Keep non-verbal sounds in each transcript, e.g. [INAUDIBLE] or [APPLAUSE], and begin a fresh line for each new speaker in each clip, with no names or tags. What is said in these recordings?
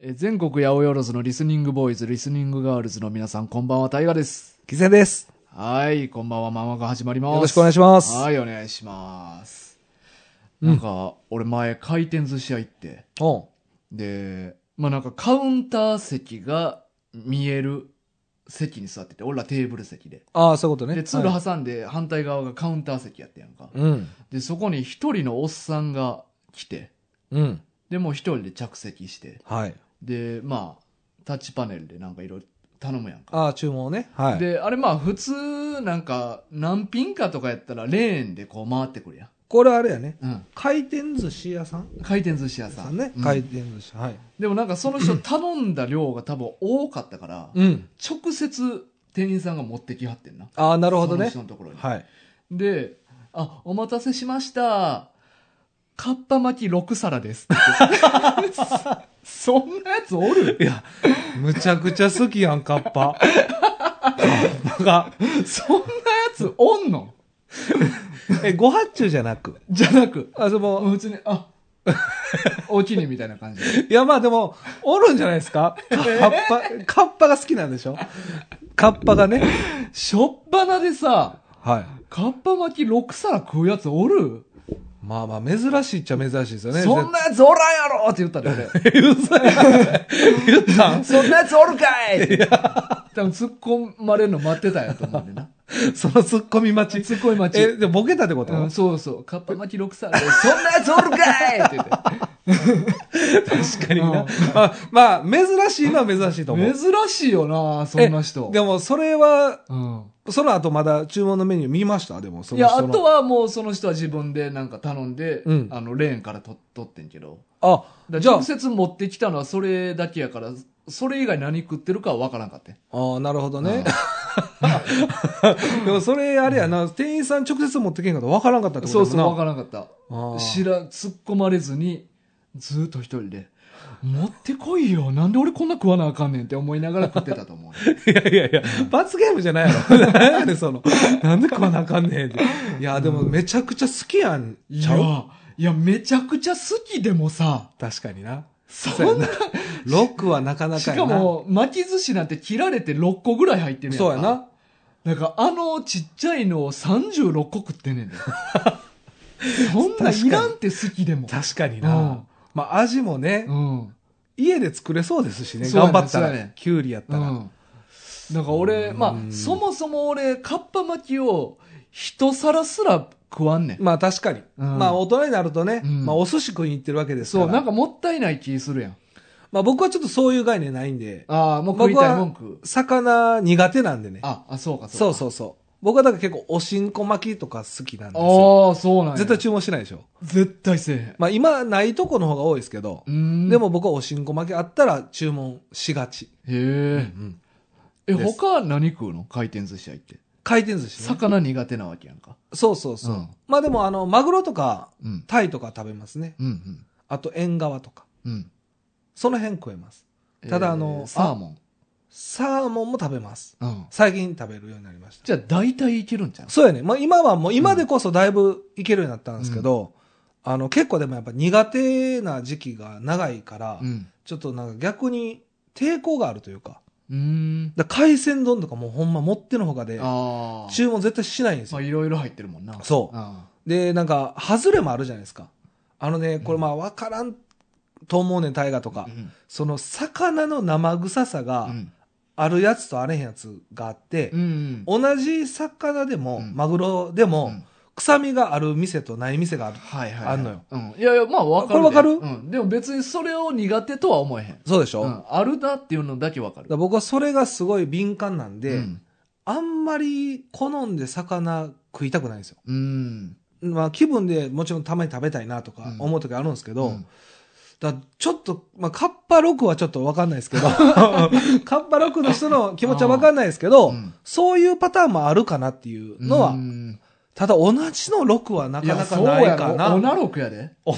えー全国八百万のリスニングボーイズ、リスニングガールズの皆さん、こんばんは、タイガです。
キセです。
はい、こんばんは、ママが始まります。
よろしくお願いします
はい、お願いします。なんか、俺前、回転寿司屋行って、
うん。
で、まあなんかカウンター席が見える席に座ってて、俺らテーブル席で。
ああ、そういうことね。
で、通路
はい
挟んで反対側がカウンター席やってやんか。
うん。
で、そこに一人のおっさんが来て、
うん。
で、もう一人で着席して、
はい。
で、まあ、タッチパネルでなんかいろいろ頼むやんか。
ああ、注文をね。はい。
で、あれまあ普通なんか何品かとかやったらレーンでこう回ってくるやん。
これあれやね。
うん。
回転寿司屋さん
回転寿司屋さ
さ
ん。
んね
う。ん
回転寿司。はい。
でもなんかその人頼んだ量が多分多かったから、
うん。
直接店員さんが持ってきはってんな。
ああ、なるほどね
そ。の人のところに。
はい。
で、あ、お待たせしました。かっぱ巻き6皿です。 [LAUGHS] そんなやつおる
いや、むちゃくちゃ好きやん、カッパ。 [LAUGHS] カッパが。
そんなやつおんの
え、ご発注じゃなく。
じゃなく、
あ、その、
普通に、あ、おきにみたいな感じで。
いや、まあでも、おるんじゃないですかカッパ、カッパが好きなんでしょカッパがね。
しょっぱなでさ、
はい。
かっぱ巻き6皿食うやつおる、
まあまあ、珍しいっちゃ珍しいですよね。
そんなやつおらんやろって言ったで俺。
言うさ言ったん
そんなやつおるかいって多分突っ込まれるの待ってたんやと思うんでな。
そのツッコミ待ち。
突っ込み待ち。
え、で、ボケたってこと、
うん、そうそう。カッパ巻き6歳で、そんなやつおるかいって言っ
確かに
うん
な。まあ、まあ、珍しいのは珍しいと思う。
て。珍しいよな、そんな人。
えでも、それは、
うん、
その後まだ注文のメニュー見ましたでも、そ
い
の
や、
人
あ
の。
とはもうその人は自分でなんか頼んで、
うん
あの、レーンからと取ってんけど。
あ、
だ
じゃあ
直接持ってきたのはそれだけやから、それ以外何食ってるかは分からんかって。
あーなるほどね。 [LAUGHS] でも、それ、あれやな、店員さん直接持ってけんかったらわからんかったってこ
そ
と
う
や
そ
も
う、
んな
分からんかった。
あー
知ら、突っ込まれずに、ずーっと一人で、持ってこいよ。なんで俺こんな食わなあかんねんって思いながら食ってたと思う。
いやいやいや、罰ゲームじゃないやろ。
[LAUGHS]
なんやねんその、なんで食わなあかんねんって。いや、でもめちゃくちゃ好きやん。
い
[LAUGHS] ちゃう
や、いや、めちゃくちゃ好きでもさ、
確かにな。
そんな、
ロックはなかなかや
しか
な。
も、巻き寿司なんて切られて6個ぐらい入ってるやんか。
そうやな。
なんか、あのちっちゃいのを36個食ってんね
[LAUGHS]
んで。そんないらんって好きでも。
確かに
うん
な。まあ味もね
う、ん。
家で作れそうですしね。
そうやね
頑張った
そうや
ら
ね。
キュウリやった
う
ら。
ん。なんか俺、
うん
まあ、そもそも俺、かっぱ巻きを一皿すら食わんねん。
まあ確かに。
うん
まあ大人になるとね、
うん
まあお寿司食いに行ってるわけですか
そう、なん
ら。
かもったいない気するやん。
まあ僕はちょっとそういう概念ないんで、
ああ、もう食い
僕
たい
は
文句。
魚苦手なんでね。
あ、あ、そうか、
そう
う
そうそう。僕はだから結構おしんこ巻きとか好きなん
か。
ですよ。
ああ、そうなんや。
絶対注文しないでしょ。
絶対せえへん。
まあ今ないとこの方が多いですけど
う、ん。
でも、僕はおしんこ巻きあったら注文しがち。
へ
うん
え。
うん
え、
です
他何食うの回転寿司屋行って。
回転寿司ね。
魚苦手なわけやんか。。
そうそうそううんまあでもあの、マグロとか、
うん。
タイとか食べますね。
うん、うん。
あと、縁側とか。
うん。
その辺食えます。ただあの
えーサーモン。
サーモンも食べます。
うん。
最近食べるようになりました。
じゃあ大体いけるんじゃん。
そうやね。まあ今はもう、今でこそだいぶいけるようになったんですけど、あの、結構でもやっぱ苦手な時期が長いから、
うん。
ちょっとなんか逆に抵抗があるというか、
うーん。
だから海鮮丼とかもうほんま持ってのほかで、
ああ。
注文絶対しないんです
ま
よ
あ、。いろいろ入ってるもんな。
そう
あ
で、なんか、外れもあるじゃないですか。あのね、これまあ分からんと思うねん、大河と
あ。
か
う。ん。
その魚の生臭さが、
うん
あるやつとあれへんやつがあって
う、ん。
同じ魚で
う
も、
ん
マグロでも、
うん
臭みがある店とない店がある。
はいはいはい。
あんのよ。
うん。いやいや、まあわかるで。
これわかる
うん。でも別にそれを苦手とは思えへん。
そうでしょ、
う
だか
ん。あるなっていうのだけわかる。
ら僕はそれがすごい敏感なんで、
うん。
あんまり好んで魚食いたくないんですよ。
うん。
まあ気分でもちろんたまに食べたいなとか思う時あるんですけど、
うん
だからちょっと、まあカッパ6はちょっとわかんないです [LAUGHS] けど、カッパ6の人の気持ちはわかんないですけど、
うん
そういうパターンもあるかなっていうのは
うん
ただ同じの6はなかなかないか
オ
な。
ナロクやで。
お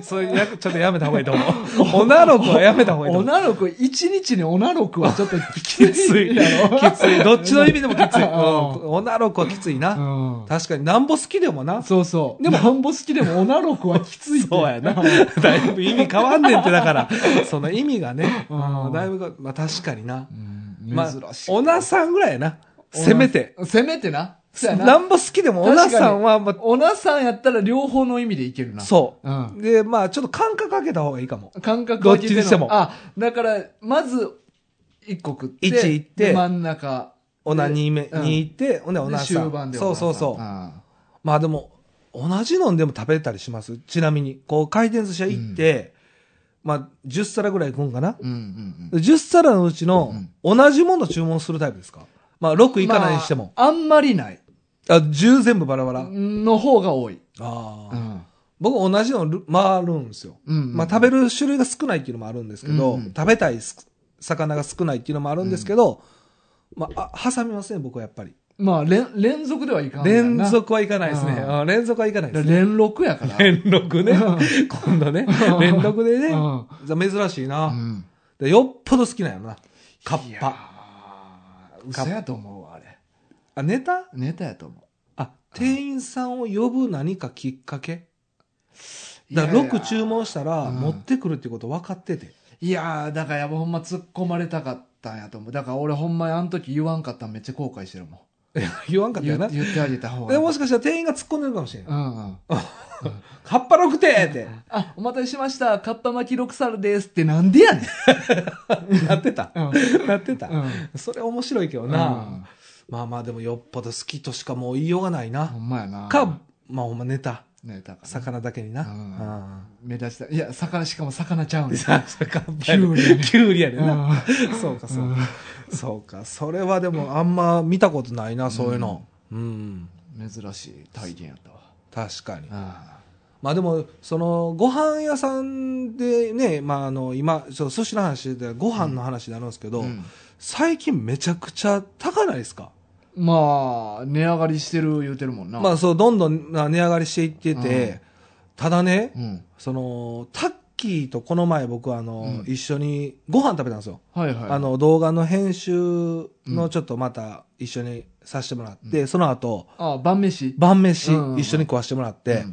それやちょっとやめた方がいいと思う。
[LAUGHS]
オナ6はやめた方がいいと
オ
思う。
ナロク、一日にオナロクはちょっと [LAUGHS] き
きつい。き
やろ
つい。どっちの意味でもきつい。うん
うん
オナ6はきついな。
う
確かに、なんぼ好きでも
ん。
な。
そうそう。でも、なんぼ好きでもオナロクはきついって。
そうやな。だいぶ意味変わんねんって、だから、その意味がね、
うん
うんだいぶが、まあ確かにな
う。ん。
まあ
珍し、い。
オナさんぐらいやな。せめて。。
せめてな。そうや
な
な。
んぼ好きでも、オナさんは、ま
オナさんやったら両方の意味でいける
あ、
な。。
そう
うん
う。。で、まあ、ちょっと間隔空けた方がいいかも。
感覚
どっちにしても
あ、だから、まず、一個食って。
一行って
で真ん中。
オナ2目、
うん
に行って、ほんで、オ
で
ナ
終
さ
盤
ん。
で
そうそう
お
そうう。
母
まあでも、同じのんでも食べたりしますちなみに。こう、回転寿司屋行って、まあ、10皿ぐらい行くんかな
さん。うんうんうん
10皿のうちの
うん
同じもの注文するタイプですかまあ6
うん。
いかないにしても。
まあ。あんまりない。
あ、10全部バラバラ。あ
の方が多い。
あ
う
ー
ん。
僕同じのル回るんですよ。
うん
まあ食べ
る。
る種類が少ないっていうのもあるんですけど、
うん
食べたいす魚が少ないっていうのもあるんですけど、まあ、あ挟みません、僕はやっぱり。
まあ、連連続ではいかんやん
連
な。
続はいかないですね。
うん
あ連続はいかないですね。
連録やから。
[LAUGHS] 連録ね。
う
今度ね。連続で
う
ね。
ん
じゃあ珍しいな、
うん。
でよっぽど好きなんやろな。カ
い
ッ
や
パ。
ー。嘘やと思うわ、あれ。
あ、ネタ
ネタやと思う。
あ、店員さんを呼ぶ何かきっかけ
い
だ
や
か
い
ら
や
6注文したら
うん
持ってくるってこと分かってて。 [LAUGHS]
いやーだからやっぱほんま突っ込まれたかったんやと思うだから俺ほんまにあの時言わんかったんめっちゃ後悔してるもん
言わんかった
言
よ
っ
な。
言ってあげた方が
でもし
か
かしたら店員が突っ込んでるかもしれない。
うんうん
カッパ6点って
あお待たせしましたカッパ巻き6皿ですってなんでやねん、
なってた。
うん
[LAUGHS] なってた。
うん
それ面白いけど
うん
な。まあまあでもよっぽど好きとしかもう言いようがない
ほ
な。
んまやな
か、まあほんまネタ。
ねだから
魚だけにな。
う
うん
目立ちたいいや魚しかも魚ちゃうん
で
です
さ、それ乾杯
キュウリやね
キュウリやねんな。
あ
そうか、そううんか。そうか。それはでもあんま見たことないな、そういうの。うん。
珍しい体験やったわ
確かに。
あ
まあでも、その、ご飯屋さんでね、まああの、今、そう寿司の話でご飯の話になるんですけ
あ
ど、最近めちゃくちゃ高ないですか
まあ値上がりしてる言うてるもんな
まあそう、どんどんな値上がりしていってて、
うん
ただね
う、ん
その、タッキーとこの前僕はあの、
うん
一緒にご飯食べたんですよ。
はいはい
あの、動画の編集のちょっとまた一緒にさせてもらって、その後、
あ晩飯
晩飯
うん
一緒に食わしてもらって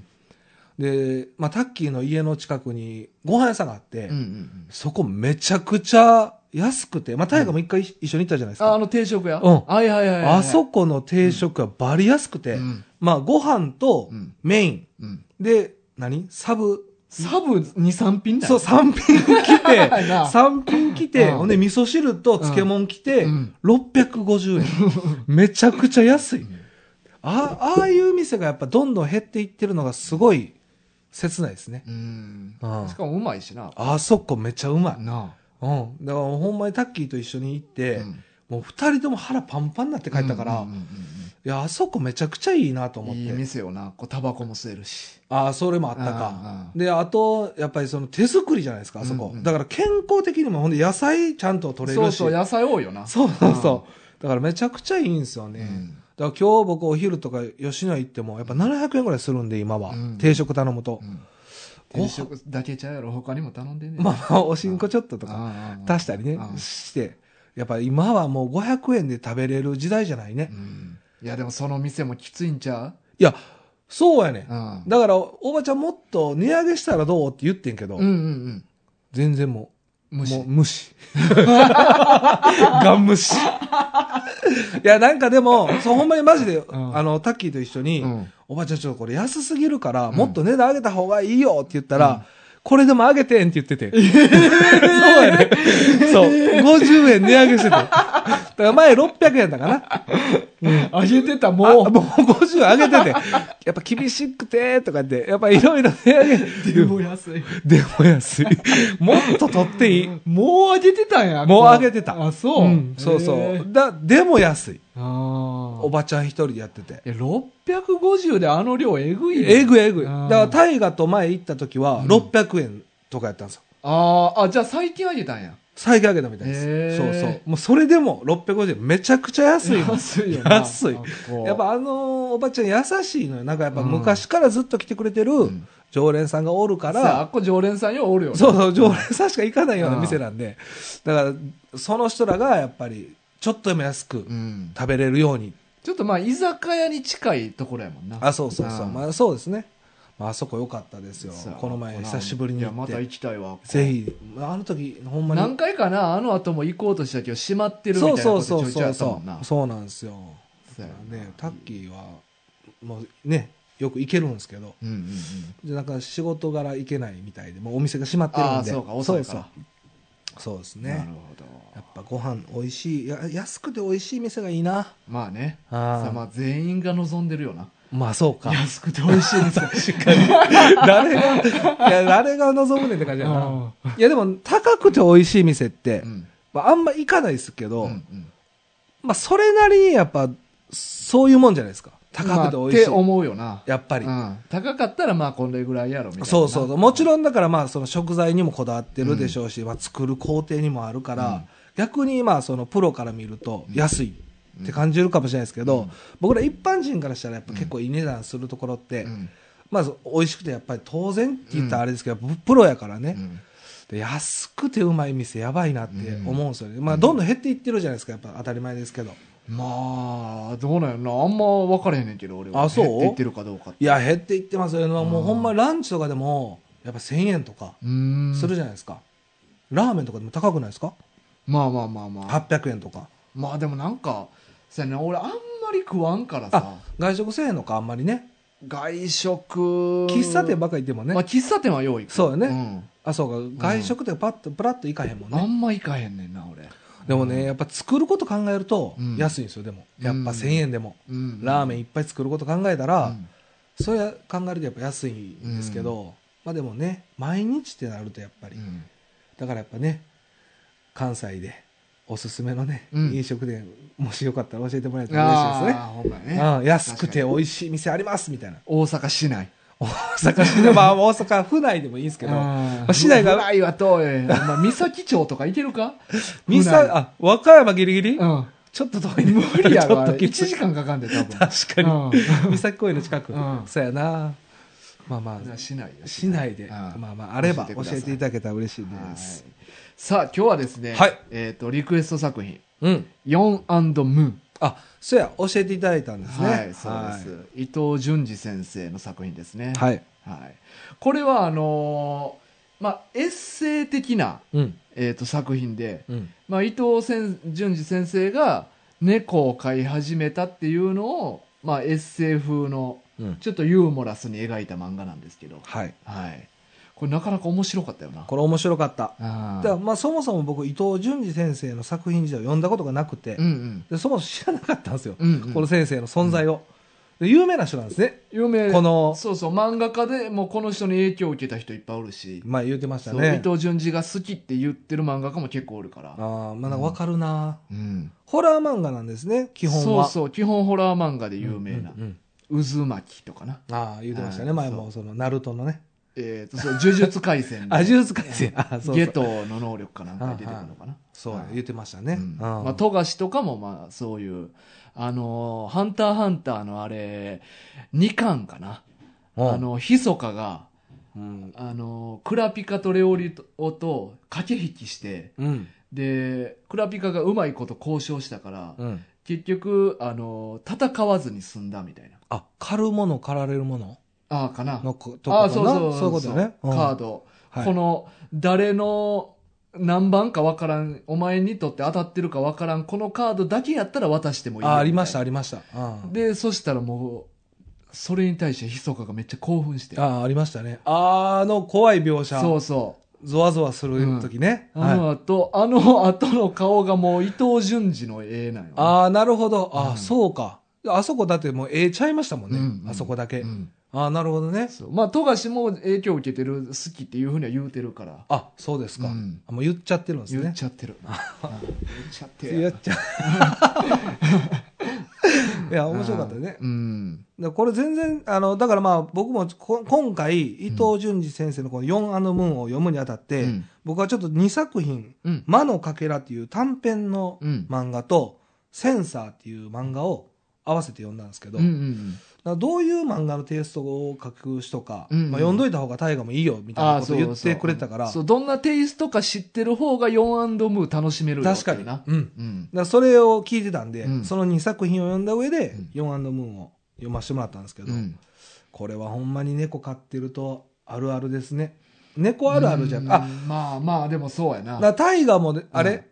う、ん
で、まあタッキーの家の近くにご飯屋さんがあって、
うんうんうん
そこめちゃくちゃ安くて、まあ、大河も一回一緒に行ったじゃないです
あ、
か。
あの定食や。
うん
はいはいはいはい、
あそこの定食はバリ安くて、
うん
まあ、ご飯と
うん
メイン
うん
で、何サブ、
サブ2、3品だ
そう、3品来
[LAUGHS]
て、
高いな
3品来て、
うん
ほんで、味噌汁と漬物来て
うん、
650円。めちゃくちゃ安い。あああいう店がやっぱどんどん減っていってるのがすごい切ないですね。
うん
うん
しかもうまいしな。
あそこめちゃうまい。
な
うん。だからほんまにタッキーと一緒に行っ
あ
て、
うん
もう二人とも腹パンパンになって帰ったから、
うんうん
い
うん
や、あそこめちゃくちゃいいなと
うん
思って。
いい店よな。こう、タバコも吸えるし。
ああ、それもあった
うんうん
か
う。ん
で、あと、やっぱりその手作りじゃないですか、あそこ。
うんうん
だから健康的にも、ほんで野菜ちゃんと取れ
そ
る
う
し。
そう、野菜多いよな。
そうそうそうだからめちゃくちゃいいんですよね。
うん
だから今日僕お昼とか吉野家行っても、やっぱ700円ぐらいするんで、今は。
うん
定食頼むと
う。ん。
ご
定
飯
食だけちゃうやろ。他にも頼んでんね
まあまあ、おしんこちょっととか、
ああああ
足したりね
う、ん
して。やっぱ今はもう500円で食べれる時代じゃないね
う。んいや、でもその店もきついんちゃ
いや、そうやね
う。うん。
だから、おばちゃんもっと値上げしたらどうって言ってんけど、
うんうん
全然も
うん。
う、
無視
もう無視。ガン無視。いや、なんか
[LAUGHS]
でも、そう、ほんまにマジで、
ん
あの、タッキーと一緒に、
うん
おばちゃんちょっとこれ安すぎるから、
ん
もっと値段上げた方がいいよって言ったら、これでも上げてんって言っ
[LAUGHS]
てて。そうやね。そう。50円値上げしてて。だから前600円だからな。
あげてた、
も
も
う、
う。
もう50上げてて、やっぱ厳しくて、とかって、やっぱいろいろ値上げ。
[LAUGHS] でも安い。
でも安い。もっと取っていい。
もうあげてたんや。
もう上げてた。
あ、そう。
んそうそ
へえ
う。だ、でも安い。
あ
おばちゃん一人でやってて。
え650であの量えぐいね
えぐいえぐい。だ
あ
か
ー
ら、大河と前行った時は、600円とかやったんですよ。
あーあじゃあ最近あげたんや
最近あげたみたいで
へ
す。
ー
そうそう。もうそれでも650円。めちゃくちゃ安いもん。
安いよな
安い
あこう
やっぱあのおばちゃん優しいのよ。なんかやっぱ昔からずっと来てくれてる常連さんがおるか
さああ
ら、
っこ常連さんようおるよな
そうそう、常連さんしか行かないような
うん
店なんで、だから、その人らがやっぱり、ちょっとでも安く
うん
食べれるように。
ちょっとまあ居酒屋に近いところやもんな
あ、そうそうそう。
ん
まあそうですね。まああそこ良かったですよ
そう。
この前久しぶりに
いや
行
ま
ったて。
行きたいわ
ぜひ、あの時、ほんまに。
何回かなあの後も行こうとしたけど閉まってるみたい
そう
なこ
そう
とち
そ
ょいちょ
う
い
そ
あ
う
ったもんな
そうそうなんですよ
そうやな
ねタッキーはもうねよく行けるんですけど
うんうんうん
なんか仕事柄行けないみたいでもうお店が閉まってる
あ
ん
あ
で
そうか遅
そ
いうか
そう
ら
そうです
なる
ね
ほど
やっぱご飯美味しいや安くて美味しい店がいいな
まあね
あー
さあまあ全員が望んでるよな
まあそうか
安くて美味しいですよ [LAUGHS]
確かに誰がいや誰が望むねんって感じやな
う
いやでも高くて美味しい店って、
ん
まあ、あんま行かないですけど、
うんうん
まあそれなりにやっぱそういうもんじゃないですか
ま
高く
あ
て
っ
美味
て
しい、
思うよな
やっぱり
うん高かったらまあこれぐらいやろみたいな
そうそうそうもち
ん
ろんだからまあその食材にもこだわってるでしょうし、まあ、作る工程にもあるから、
うん
逆にまあそのプロから見ると安いって感じるかもしれないですけど、
うん
僕ら一般人からしたらやっぱ結構いい値段するところって、
うん
まず美味しくてやっぱり当然って言ったらあれですけど、プロやからね、
うん
で安くてうまい店やばいなって思うんですよね、まあ、どんどん減っていってるじゃないですかやっぱ当たり前ですけど。
まあどうなんやろなあんま分からへんねんけど俺は
あそ
減っ
う
ていってるかどうかって
いや減っていってますよ、もううんほんまランチとかでもやっぱ1000円とか
うーん
するじゃないですか、ラーメンとかでも高くないですか
まあまあまあまあ
800円とか
まあでもなんかそうやな俺あんまり食わんからさ
あ外食せえへんのかあんまりね
外食
喫茶店ばっかり行ってもね、
まあ喫茶店は用意
そうやね
ん
あそうか外食ってパッとプラッと行かへんもん
あ
ね、
んま行かへんねんな俺
でもねやっぱ作ること考えると
うん
安いんですよでもやっぱ
うん
1000円でも、
うん
ラーメンいっぱい作ること考えたら、
うん
そうや考えるとやっぱ安いんですけど、まあでもね毎日ってなるとやっぱり、
うん
だからやっぱね関西でおすすめのね、
うん
飲食店もしよかったら教えてもらえたら嬉しいですね
ああほんまやね
うん、安くて美味しい店ありますみたいな
大阪市内
大阪市
[LAUGHS]
で、まあ、大阪府内でもいいんですけど、
ま
あ市内が
府内は遠 [LAUGHS] いお前三崎町とか行けるか
三
府内
沢、あ、和歌山ギリギリ、
うん
ちょっと遠いね。
[LAUGHS] 無理や
ちょ
ろ
っ
あ
と
れ
き
1
つい
時間かかんで多分
確かに。三崎公園の近く。
うん
そうやな。まあま
うん
あ、
市内や
市内で、
うん
まあまあ、あれば
教えて
教
ください
えていただけたら嬉しいです。
はいさあ今日はですね、
はい
えっ、とリクエスト作品
うん。
「ヨンムーン
あ、そうや、教えていただいたん」ですね。
はいそうです、伊藤淳二先生の作品ですね、
はいい。はい。
はいこれはあのーまあエッセイ的な、
うん。
えー、と作品で、
うん。
まあ、伊藤先淳二先生が猫を飼い始めたっていうのを、まあ、エッセイ風の
うん。
ちょっとユーモラスに描いた漫画なんですけど、
はい。
はい、これなかなか面白かったよな
これ面白かった。
あ
だ
ー
からまあ、そもそも僕、伊藤淳二先生の作品自体を読んだことがなくて、
うんうん
でそもそも知らなかったんですよ。
うんうん
この先生の存在を。で有名な人なんですね。
有名
この
そうそう漫画家でもうこの人に影響を受けた人いっぱいおるし、
まあ言ってました
そう伊
ね。
藤潤二が好きって言ってる漫画家も結構おるから、
ああ、まだわかるな、
うん、
ホラー漫画なんですね、基本
そう
は。う
そう基本ホラー漫画で有名な
うんう
「
ん
渦巻き」とかな、
ああ、言ってましたね、
はい
前も、その、ナルトのね。
えー、とそう呪術廻戦 [LAUGHS]
あ、呪
で
術改正。ああ、そうそう。
ゲトの能力かなんかで出てくるのかな
そう
はい、
言ってましたね。
うん
ああ
まあ、富樫とかもまあそういうあのーハンター×ハンター」のあれ2巻かな、
うん
あの密かが
うん。
あのークラピカとレオリオと駆け引きして
うん。
でクラピカがうまいこと交渉したから、
うん。
結局あの戦わずに済んだみたいな
あ、狩るもの、狩られるもの
ああかな
のことかな。
ああそうそう
そういうことね。
そう
うん
カード、
はい
この誰の何番かわからんお前にとって当たってるかわからんこのカードだけやったら渡してもいいよ
ああ、あ
み
り
いな
ました、ありました。うん
でそしたらもうそれに対してひそかがめっちゃ興奮して
ああ、ありましたね。あの、怖い描写。
そうそ
ゾワゾワする時ね。
う
は
あ
い
の後、あの後の顔がもう伊藤潤二の絵なんよね
ああ、なるほど。ああ、
うん
そうか。あそこだってもうええちゃいましたもんね。
うんうん
あそこだけ。
うん
ああ、なるほどね。
そうまあ富樫も影響を受けてる好きっていうふうには言うてるから
あ、そうですか。
うん
あもう言っちゃってるんです
言っ
ね。
ちゃってる。言っちゃって
言っ
る。 [LAUGHS]
ちゃう。いや、面白かったね。
うん。うん。
でこれ全然、あの、だからまあ僕もこ今回、伊藤淳二先生のこの4アのムーンを読むにあたって、
うん
僕はちょっと2作品、
うん。
魔のかけらっていう短編の
うん。
漫画と、センサーっていう漫画を合わせて読んだんですけど、
うんう
だか
ん
らどういう漫画のテイストを書く人か、
うんうん
まあ、読んどいた方が大河もいいよみたいなことを言ってくれてたから、
そう、どんなテイストか知ってる方が 4&MOO 楽しめるよ
確か
ってい
に
うな。。
うん
うん。
だからそれを聞いてたんで、
うん
その2作品を読んだ上で
うん、
4アンドムーンを読ませてもらったんですけど、
うん。
これはほんまに猫飼ってるとあるあるですね。猫あるあるじゃん。あ、
うんまあまあ、でもそうや
だ
な
か。らタイガーもね、あれ、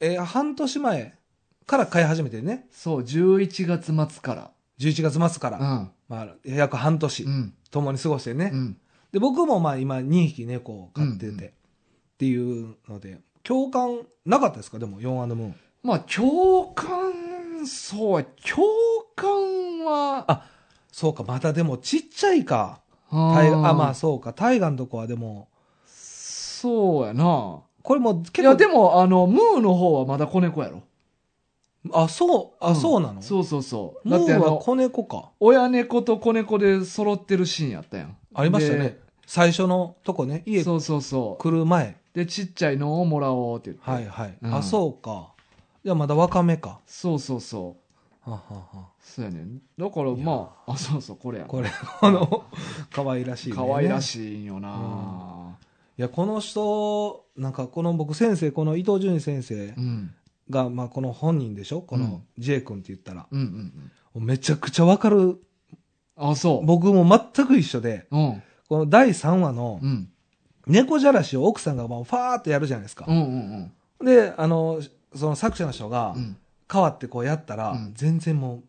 えー半年前から飼い始めてね、
そう、11月末から。
11月末から、
うん。
まあ、約半年、
うん。
共に過ごしてね、
うん。
で、僕もまあ今2匹猫を飼ってて、
うんうん
っていうので、共感なかったですかでも4アンドムーン。
まあ、共感、そうや、共感は、
あそうか、またでもちっちゃいか。タイ
ー
あ、まあそうか、タイガのとこはでも、
そうやな。
これもう結
い
構、
や、でも、あの、ムーの方はまだ子猫やろ。
あ、そう、あ、
うん
そうなの
そうそうそう。
ム
だって、あ
ーは
の、
子猫か。
親猫と子猫で揃ってるシーンやったやん。
ありましたね。最初のとこね、
で。
家来
そうそうそう。
る前。
で、ちっちゃいのをもらおうって言って。
はいはい。
うん
あ、そうか。じゃあまだ若めか。
そうそうそう。
ははは
そうやねん。だから、
いや
まあ、あ、そうそう、これや。
これ、あの、 [LAUGHS] 可愛らしい、ね。
可愛ら
い。
しいんよな、
いや、この人、なんかこの僕先生、この伊藤淳二先生
うん、うん。
が、まあこの本人でしょこ
うん
の J 君って言ったら。
うんうん
めちゃくちゃわかる。
あ、そ
僕も全く一緒で、
う。うん。
この第3話の、
うん。
猫じゃらしを奥さんがもうファーってやるじゃないですか
うんう。ん
で、あの、その作者の人が
うん。うん。
変わってこうやったら、
うん
全然もう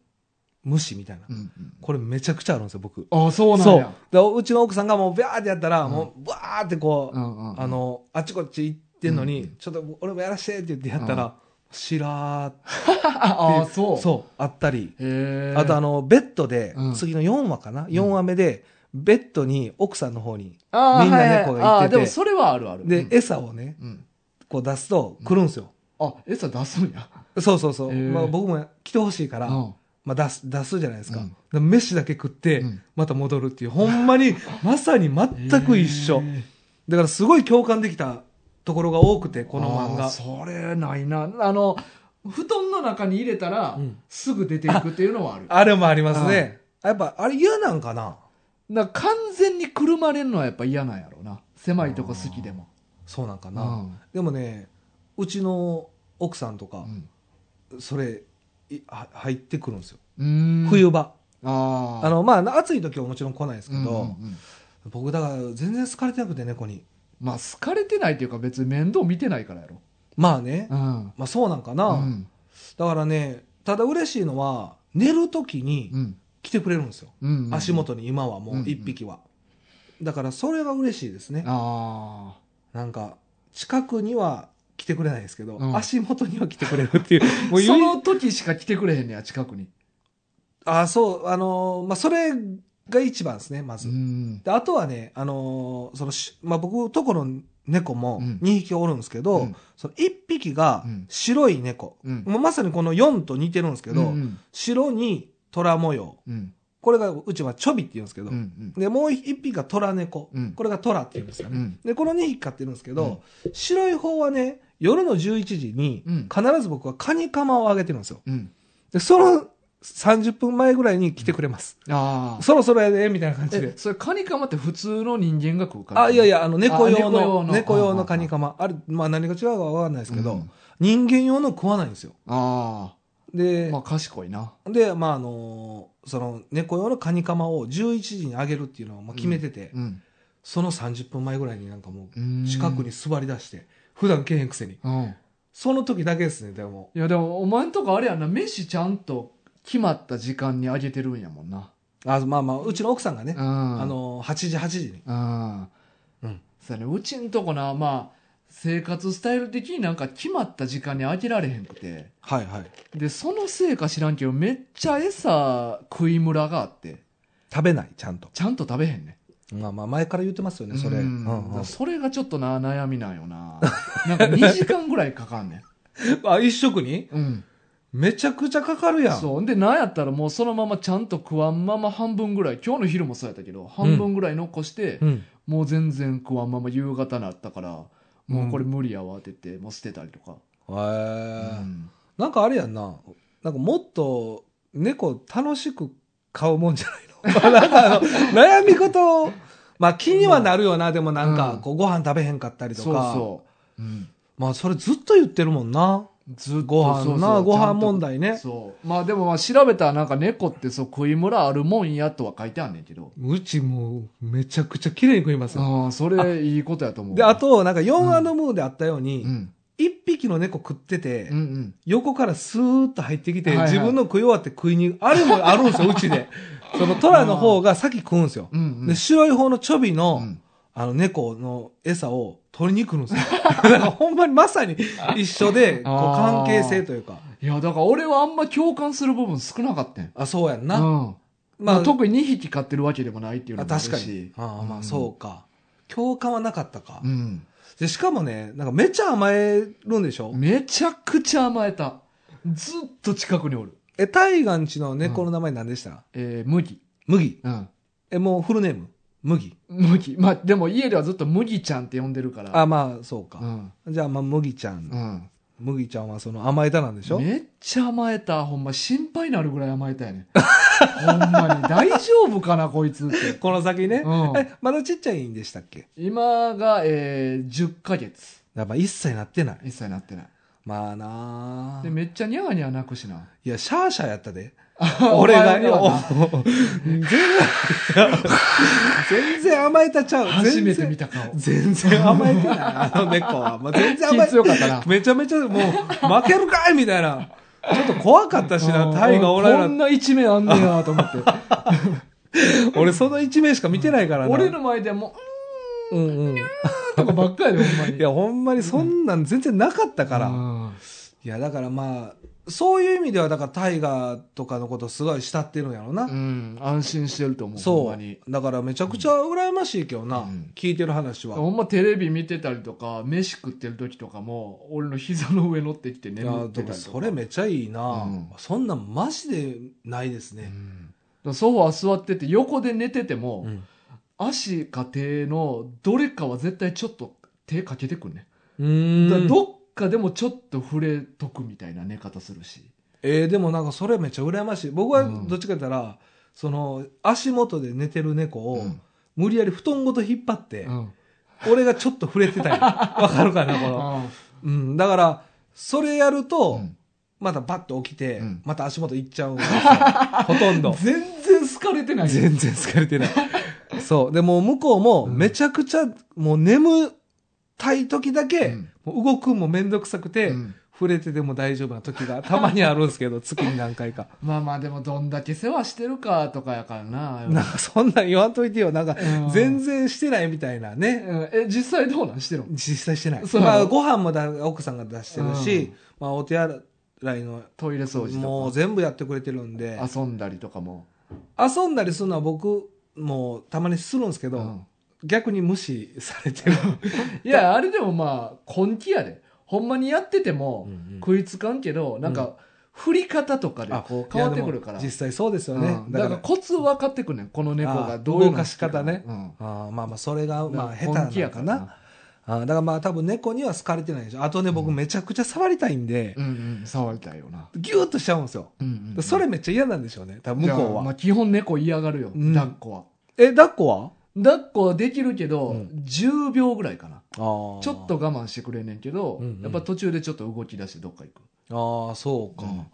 無視みたいな。
うんうん。
これめちゃくちゃあるんですよ、僕。
あ、そうなん
そ
や
う。。で、うちの奥さんがもうビャーってやったら、
うん
もうバーってこう、
んうん
あ、の、あっちこっち行ってんのに、
うん
ちょっと俺もやらしてって言ってやったら、
う
しらーって
ああ、そう。
そう、あったり。
う。へえ。
あとあの、ベッドで、
うん
次の4話かな ?4 話目で、ベッドに奥さんの方に、
あー
みんな
はいはい
猫がいてて
あーでもそれはあるある。
で
う、ん
餌をね、
うん
こう出すと来るんですよ。
あ、餌出すんや。
そうそうそう。
へー
まあ僕も来てほしいから、
うん
まあ、出す、出すじゃないですか。
うん
だから飯だけ食って、
うん
また戻るっていう、ほんまに、まさに全く一緒。
へー
だからすごい共感できたところが多くて、この漫
あー
画。
それないな。あの、布団の中に入れたら
うん、
すぐ出ていくっていうのはある。
あれもありますね。やっぱ、あれ嫌なんかな
な完全にくるまれるのはやっぱ嫌なんやろうな。狭いとこ好きでも。
そうなんか
う
な、
ん
でもね、うちの奥さんとか
う、ん
それ、いは入ってくるんですよ。
うん。
冬場。
あー
あの、まあ、暑い時はもちろん来ないですけど、
うんうんうん
僕だから全然好かれてなくて、猫に。
まあ好かれてないというか別に面倒見てないからやろ。
まあね、
うん。
まあそうなんかな、
うん
だからね、ただ嬉しいのは、寝る時に
うん
来てくれるんですよ。
うんうん
足。元に今はも
うん
う
うん
一匹は。だからそれが嬉しいですね。
あ
なんか、近くには来てくれないですけど、
うん
足元には来てくれるっていう。
[LAUGHS] あ。
唯一
その時しか来てくれへんねや、近くに。
あ、そう、あのーまあ、それが一番ですね、まず。
うん。
であとはね、あのーそのし、まあ、僕、とこの猫も
うん
2匹おるんですけど、
うん
その1匹が
うん
白い猫。
うん
もうまさにこの4と似てるんですけど、
うん
白に虎模様。
うん
これがうちはチョビって言うんですけど、
うんうん
でもう一匹が虎猫、
うん
これが虎って言うんですよ
う
ね、
ん
でこの2匹飼ってるんですけど、白い方はね夜の11時に
うん
必ず僕はカニカマをあげてるんですよ
うん
でその30分前ぐらいに来てくれます、
ああ
そろそろやでみたいな感じ
え
で
それカニカマって普通の人間が食うか
あいやいやあの猫用
あ猫用
の
の
猫用
あ
の
あ
カニカマあれ、まあ、何が違うかわかんないですけど、
うん
人間用の食わないんですよ
あ
で、
あまあ賢いな
でまああのーその猫用のカニカマを11時にあげるっていうのをまあ決めてて、
うん
その30分前ぐらいになんかも
う
うん近くに座り出して、普段けえへんくせに。
うん
その時だけですね、でも。
いやでもお前んとこあれやんな飯ちゃんと決まった時間にあげてるんやもんな
あまあまあ、うちの奥さんがね、あ
あ
の、8時、8時に。
うん
うん
そうやねうちんとこなまあ生活スタイル的になんか決まった時間にあげられへんくて
はいはい。
でそのせいか知らんけどめっちゃ餌食いムラがあって
食べない、ちゃんと。
ちゃんと食べへんね
まあまあ、前から言ってますよね、それ。
うん
うんうん
だからそれがちょっとな悩みなんよななんか2時間ぐらいかかんねん、
あ、一食に
うん、
めちゃくちゃかかるやん。
そう。んで、なんやったらもうそのままちゃんと食わんまま半分ぐらい、今日の昼もそうやったけど、半分ぐらい残して、
うん。
もう全然食わんまま夕方なったから、もうこれ無理やわって言って、もう捨てたりとか。
へえ
うん
なんかあれやんな。なんかもっと猫楽しく買うもんじゃないの [LAUGHS] なんかあの、悩み事を、まあ気にはなるよな、でもなん
う
か
ん
こうご飯食べへんかったりと
そう
か。
そう。うん
まあそれずっと言ってるもんな。
ずっと
ご飯
そうそう
なご飯
ちゃんと
問題ね
そうまあでもまあ調べたらなんか猫ってそう食い村あるもんやとは書いてあんねんけど
うちもうめちゃくちゃ綺麗に食いますよ。
ああそれいいことやと思う
で、あ、と、なんか 4&MOO であったよう
うん、
に
う、ん
一、匹の猫食ってて、
うん
横からスーッと入ってきて、
はいはい
自分の食い終わって食いに、あれもあるんですよ、う
[LAUGHS]
ちで。そのトラの方が先食うんですよ。
うんうん
で、白い方のチョビの、
うん
あの、猫の餌を取りに来る
[LAUGHS]
んですよ。だからほんまにまさに一緒で、こう
あー
関係性というか。
いやだから俺はあんま共感する部分少なかったん
あ、そうやんな。
うん
ま
ま
あ、
あ、特に2匹飼ってるわけでもないっていうの
あ
もある
確
し
かに。あーま
う
あ、
ん
そうか。共感はなかったか、
うん
で。しかもね、なんかめちゃ甘えるんでしょ、
めちゃくちゃ甘えたずっと近くにおる
え、タイガンチの猫の名前何でした、
えー、麦
麦。
うん
え、もうフルネーム麦。
麦まあでも家ではずっと麦ちゃんって呼んでるから
あ、まあ、そうか。
うん
じゃあ、まあ、麦ちゃん。
うん
麦ちゃんはその甘えたなんでしょ
めっちゃ甘えた。ほんま心配なるぐらい甘えたよね。 [LAUGHS] ほんまに。大丈夫かな、こいつって。
この先ね、
うん
え、まだちっちゃいんでしたっけ
今が、えー、10ヶ月。
やっぱ一切なってない。
一切なってない。
まあなあ
で、めっちゃニャーニャー泣くしな。
いや、シャーシャーやっ
[LAUGHS]
たで。 [LAUGHS] 俺が、いやお全然、全然甘えたちゃう。
初めて見
た。
た顔。
全然甘えてない、あの猫は。まあ、全然甘
気
えて
強か
[LAUGHS]
ったな。
めちゃめちゃ、もう、負けるかいみたいな。ちょっと怖かったし
[LAUGHS]
な、タイがおら
こ
ん
ん
な。
な一面あんねやと思
[LAUGHS]
って。
俺、その一面しか見てないからな。
俺の前でもう、
うんうん。いう
ーんとかばっかりで、ほんまに。
や、ほんまにそんなん全然なかったから。
うん
いや、だからまあ、そういう意味では、だからタイガーとかのことすごい慕ってるんやろな。
うん、安心してると思う。ほん
そ
まに。
う。だからめちゃくちゃ羨ましいけどな。
うん
聞いてる話は。
ほんまテレビ見てたりとか、飯食ってる時とかも、俺の膝の上乗ってきて
い
眠
や
っ、てたり
で
と
も
か。
それめっちゃいいな。
うん
そんなんマジでないですね。
うん、ソファー座ってて横で寝てても、
うん。
足か手のどれかは絶対ちょっと手かけてくんね、
う
だから
ん。
どっかでもちょっと触れとくみたいな寝方するし
えーでもなんかそれめっちゃ羨ましい。僕は
うん
どっちか言ったら、その、足元で寝てる猫を、
うん
無理やり布団ごと引っ張って、
うん
俺がちょっと触れてた
[LAUGHS]
り。わかるかな、この。うん。だから、それやると、
うん
またバッと起きて、
うん
また足元行っちゃうんで
[LAUGHS]
すよほとんど。
全然好かれてない
全然疲れてない。そう。で、もう向こうも、
うん
めちゃくちゃ、もう眠たい時だけ、
うん
もう動くんもめんどくさくて、
うん
触れてても大丈夫な時がたまにあるんですけど、月に何回か。
まあまあでもどんだけ世話してるかとかやからな
なんかそんなん言わんといてよ。なんか
うん、
全然してないみたいなね。
うんえ実際どうなんしてるの
実際してない。
そう
まあ、ご飯もだ奥さんが出してるし、
う
まあ、お手洗いの、
トイレ掃除
もう
と
全部やってくれてるんで。
か遊んだりとかも、
遊んだりするのは僕もたまにするんですけど、
うん
逆に無視されてる、
いやあれでもまあ根気やでほんまにやってても、
[LAUGHS] こ
食いつかんけどなんか振り方とかでこう変わってくるから
いやでも実際そうですよ
うん
ね、
だか
だからら
コツ分かってくんねんこの猫
あ
が
ー
どういうの
動かし方ね
うん
あーまあまあそれがまあ下手
本気
な
や
の
か
からなあーだからまあ多分猫には好かれてないでしょあとね僕めちゃくちゃ触りたいんで、
うんうん触りたいよな、
ギューッとしちゃうんですよ、
うんうんうん
それめっちゃ嫌なんでしょうね多分向こ
いうやま
は
あ、基本猫嫌がるよ、
うん
抱っこは
え抱っこは
抱っこはできるけど、
うん
10秒ぐらいかな
あー
ちょっと我慢してくれんねんけど、
うんうん
やっぱ途中でちょっと動き出してどっか行く
ああそうか,、
うん
だか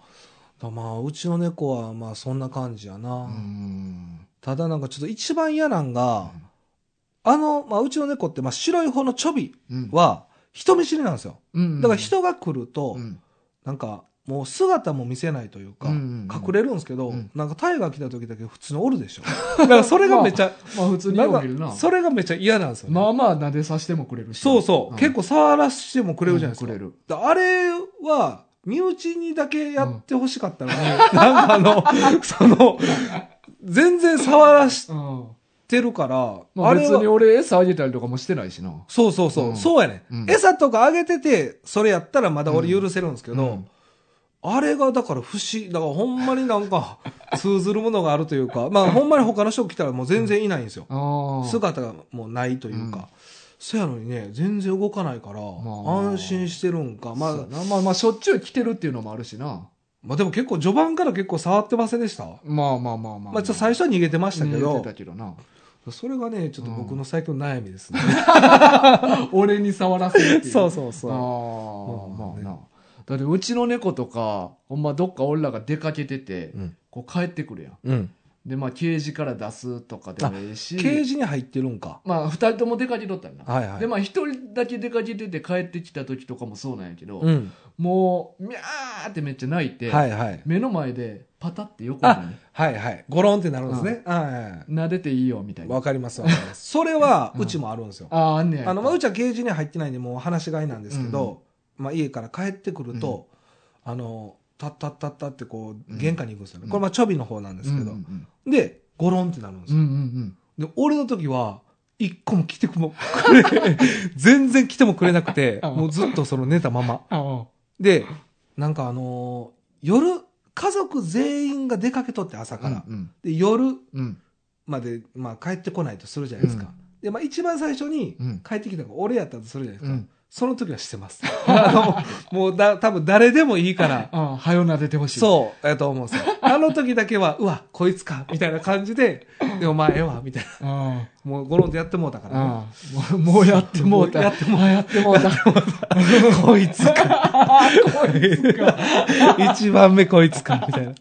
らまあうちの猫はまあそんな感じやな、
うん
ただなんかちょっと一番嫌なんが、あの、まあ、うちの猫って、まあ、白い方のチョビ
うん
は、人見知りなんですよ。
うん
だから人が来ると、
うん
なんか、もう姿も見せないというか、
うんうんうん
隠れるんですけど、
うん
なんかタイが来た時だけ普通におるで
[LAUGHS]
しょ。だからそれがめちゃ、
まあ普通に
なん
よう
か
見るな
それがめちゃ嫌なんですよね。
まあまあ撫でさせてもくれるし
そうそう、
ん
結構触らしてもくれるじゃないですか。
うんくれる
だあれは、身内にだけやってほしかったの
[LAUGHS]
に、なんかあの、その、全然触らし
うん
てるから、
まあ、
あれ
別
は
に俺餌あげたりとかもしてないしな。
そうそうそう、
うん
そうやね、
うん
ん。餌とかあげてて、それやったらまだ俺許せるんですけど、
うん
あれがだから不思議、だからほんまになんか [LAUGHS] 通ずるものがあるというか、まあほんまに他の人来たらもう全然いないんですよ。
ああ。
姿がもうないというか、
うん
そやのにね全然動かないか
ま
ら、
あ
安心してるんかま
そう
あ、
やなまあまあ、しょっちゅう来てるっていうのもあるしな。
まあ、でも結構序盤から結構触ってませんでした、
まあまあまあまあ。
まあ、ちょっと最初は逃げてましたけ
逃
ど
げてたけどな。
それがねちょっと僕の最近の悩みですね、
俺に触らせるっていう。
[LAUGHS] そうそう
あ
そ
あ、
まあ
まあ
ね
な。だってうちの猫とか、ほんまどっか俺らが出かけてて
う、、うん
こう帰ってくるやん。
うん、
で、まあケージから出すとかでもいいし、
ケージに入ってるんか
まあ二人とも出かけとったんな。
はいはい
で、まあ一人だけ出かけてて帰ってきた時とかもそうなんやけど、
うん、
もう、みゃーってめっちゃ泣いて、
はいはい
目の前でパタって横に
あはいはいゴロンってなるんですねはいはいはい
撫でていいよみたい
わ
な。
かりますわかり
[LAUGHS]
ますそれは
うん
うちもあるんですよ、
ああ、あんねや。
あのまあ、うちはケージには入ってないんでもう話し飼いなんですけど、まあ、家から帰ってくると、あのタッタッタッタってこう
うん
玄関に行くんですよね、
うん
これまあちょびの方なんですけど、
うんうん
でゴロンってなるんです
うん。うん
よ、
うん
で俺の時は一個も来てもくれ [LAUGHS] 全然来てもくれな
[LAUGHS]
くて
うん
もうずっとその寝たまま
うん。
でなんかあのー夜家族全員が出かけとって朝から、
うん
で夜
うん。
まで、まあ、帰ってこないとするじゃないですか、で、まあ、一番最初に
うん
帰ってきたのが俺やったとするじゃないですか、
うん。
その時はしてます。 [LAUGHS] あの、もうだ、多分誰でもい
[LAUGHS]
いから、
ああ、はよ撫でてほしい。
そう、やと思うんですよ。あの時だけは、うわ、こいつか、みたいな感
[LAUGHS]
じで、で、お前ええわ、みたいな。
う。あ
もう、ゴロンとやってもうたから、
あ。もうもうやってもうた。
もうや
ってもうやってもうた。
[LAUGHS] こいつか。一番目こいつか、みたいな。っ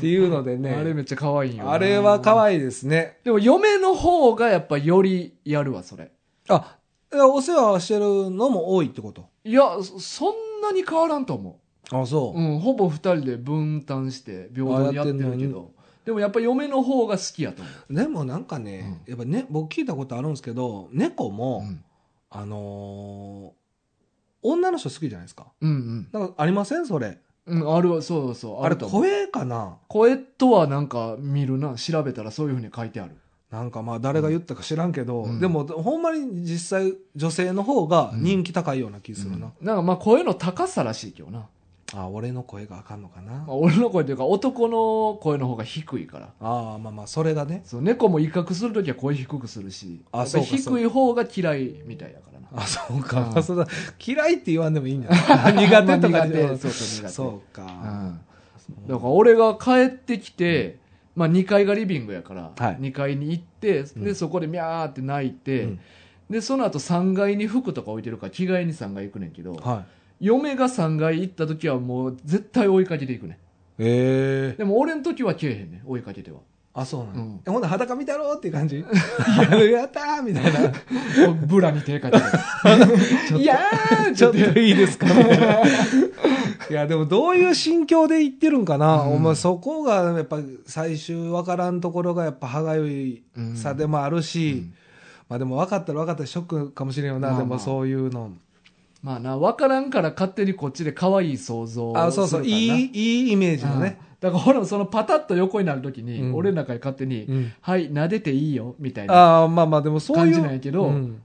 ていうのでね、
あ
あ
れ
れ
めっちゃ可愛いよな。
は可愛いですね。
でも嫁の方がやっぱよりやるわ、それ。
あ、お世話をしてるのも多いってこと
いや、そそんなに変わらんと思。
あ、そう
うん、ほぼ二人で分担して平等にやってるけど。でもやっぱ嫁の方が好きやと思
でもなんかね、やっぱね、僕聞いたことあるんですけど、猫
う。
も、
ん。
あのー女の人好きじゃないですか。
うん
なんかありませんそれ。
うん。うん、あるわ、そうそう。
あ
る
れ
と思う
声かな
声とはなんか見るな。調べたらそういうふうに書いてある。
なんかまあ誰が言ったか知らんけど、
うん
でもほんまに実際女性の方が人気高いような気するな。
うんなんかまあ声の高さらしいけどな。
あ、俺の声があかんのかな。
まあ、俺の声というか男の声の方が低いから
ああ、まあまあ、それがね。
そう猫も威嚇するときは声低くするし
あ
やっぱ
そうかそう
低い方が嫌いみたいだからな
あ、そうか。
うん
まあそれは嫌いって言わんでもいいんじゃない苦手と
まあ
か
苦
じゃ
手そうそう苦手
そう
う
か。
ん、だから俺が帰ってきて、まあ、2階がリビングやから、
はい
2階に行って
う
で
ん
そこでミャーって泣いて、
うん
でその後3階に服とか置いてるから着替えに3階行くねんけど、
はい。
嫁が3階行った時はもう絶対追いかけていくねん
ええ
でも俺の時は来えへんねん追いかけて
[LAUGHS]
は
あ、そうなの、
うん
えほんなら裸見たろうってい
[LAUGHS]
う感じやるやったーみたいな。
ブラに手
[LAUGHS]
かけていやー
ちょっ
言
といいですかね。 [LAUGHS] いや、でもどういう心境で言ってるんかな。
うん
お前そこがやっぱ最終わからんところがやっぱ歯がゆいさでもあるし、
うん
まあでも分かったら分かったらショックかもしれんよ
ま
な、
あまあ
でもそういうの。
まあな分からんから勝手にこっちで可愛い想像を
あ、そうそう、
するからない
い、いいイメージ
う
の
ん
ね。
だから俺もそのパタッと横になるときに、
うん
俺の中で勝手に、
うん
はい撫でていいよみたいな
ああ、まあまあでもそうい
感
う。
じなんやけど
うん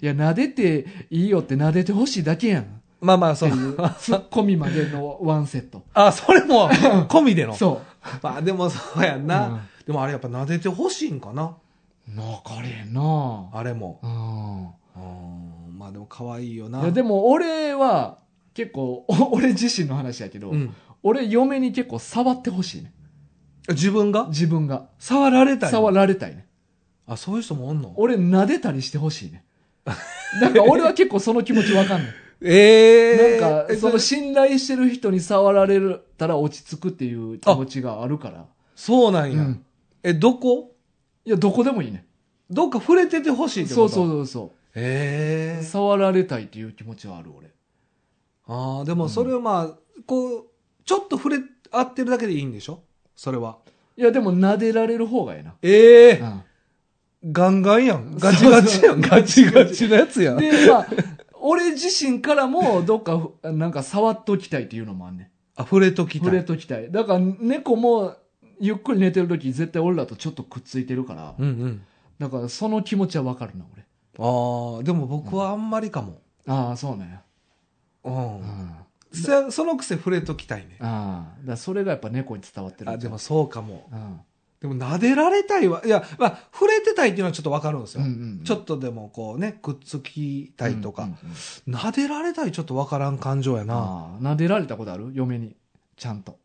いや撫でていいよって撫でてほしいだけやん
まあまあそう。
ツッコミまでのワンセット
[LAUGHS] あ、それ
[LAUGHS]
も込みでの。
そ
まあでもそうやんな。
うん
でもあれやっぱ撫でてほしいんかな。
うなかれへんな
あれも。
うん
うんまあでも可愛いよな。
いやでも俺は結構 [LAUGHS] お俺自身の話やけど、
うん
俺嫁に結構触ってほしいね
自分が
自分が
触られたり
触られたいね
あそういう人もおんの
俺撫でたりしてほしい
[LAUGHS]
ねなんか俺は結構その気持ちわかんない、
ええ
なんかその
そ
信頼してる人に触られたら落ち着くっていう気持ちがあるから
そうなんや、
うん
えどこ
いやどこでもいいね
どっか触れててほしいって
そ
こ
う
と
そう
う
そうそ
え
う
え
触られたいっていう気持ちはある俺
ああでもそれはまあ、こうちょっと触れ合ってるだけでいいんでしょそれはい
やでも撫でられる方がええな
ええ、
うん
ガンガンやん [LAUGHS] ガチガチやんガチガチのやつやん
で、まあ、 [LAUGHS] 俺自身からも、どっかふ、なんか触っときたいっていうのもあんね
あ触れとき
ん。
た
触れ
い
ときたい。だから、猫も、ゆっくり寝てるとき、絶対俺らとちょっとくっついてるから、
うんうん
だから、その気持ちはわかるな、俺。
ああでも僕はあんまりかも
ああ、そうなんや。
うん、
うん。
そそのくせ触れときたいね。
ああ。だからそれがやっぱ猫に伝わってる
あ、
んち
で
ゃう
もそうかも。
うん。
でも撫でられたいわ。いや、まあ、触れてたいっていうのはちょっとわかるんですよ。
うん
ちょっとでもこうね、くっつきたいとか。
うんうんうん
撫でられたいちょっとわからん感情やな。
ああ撫でられたことある嫁にちゃんと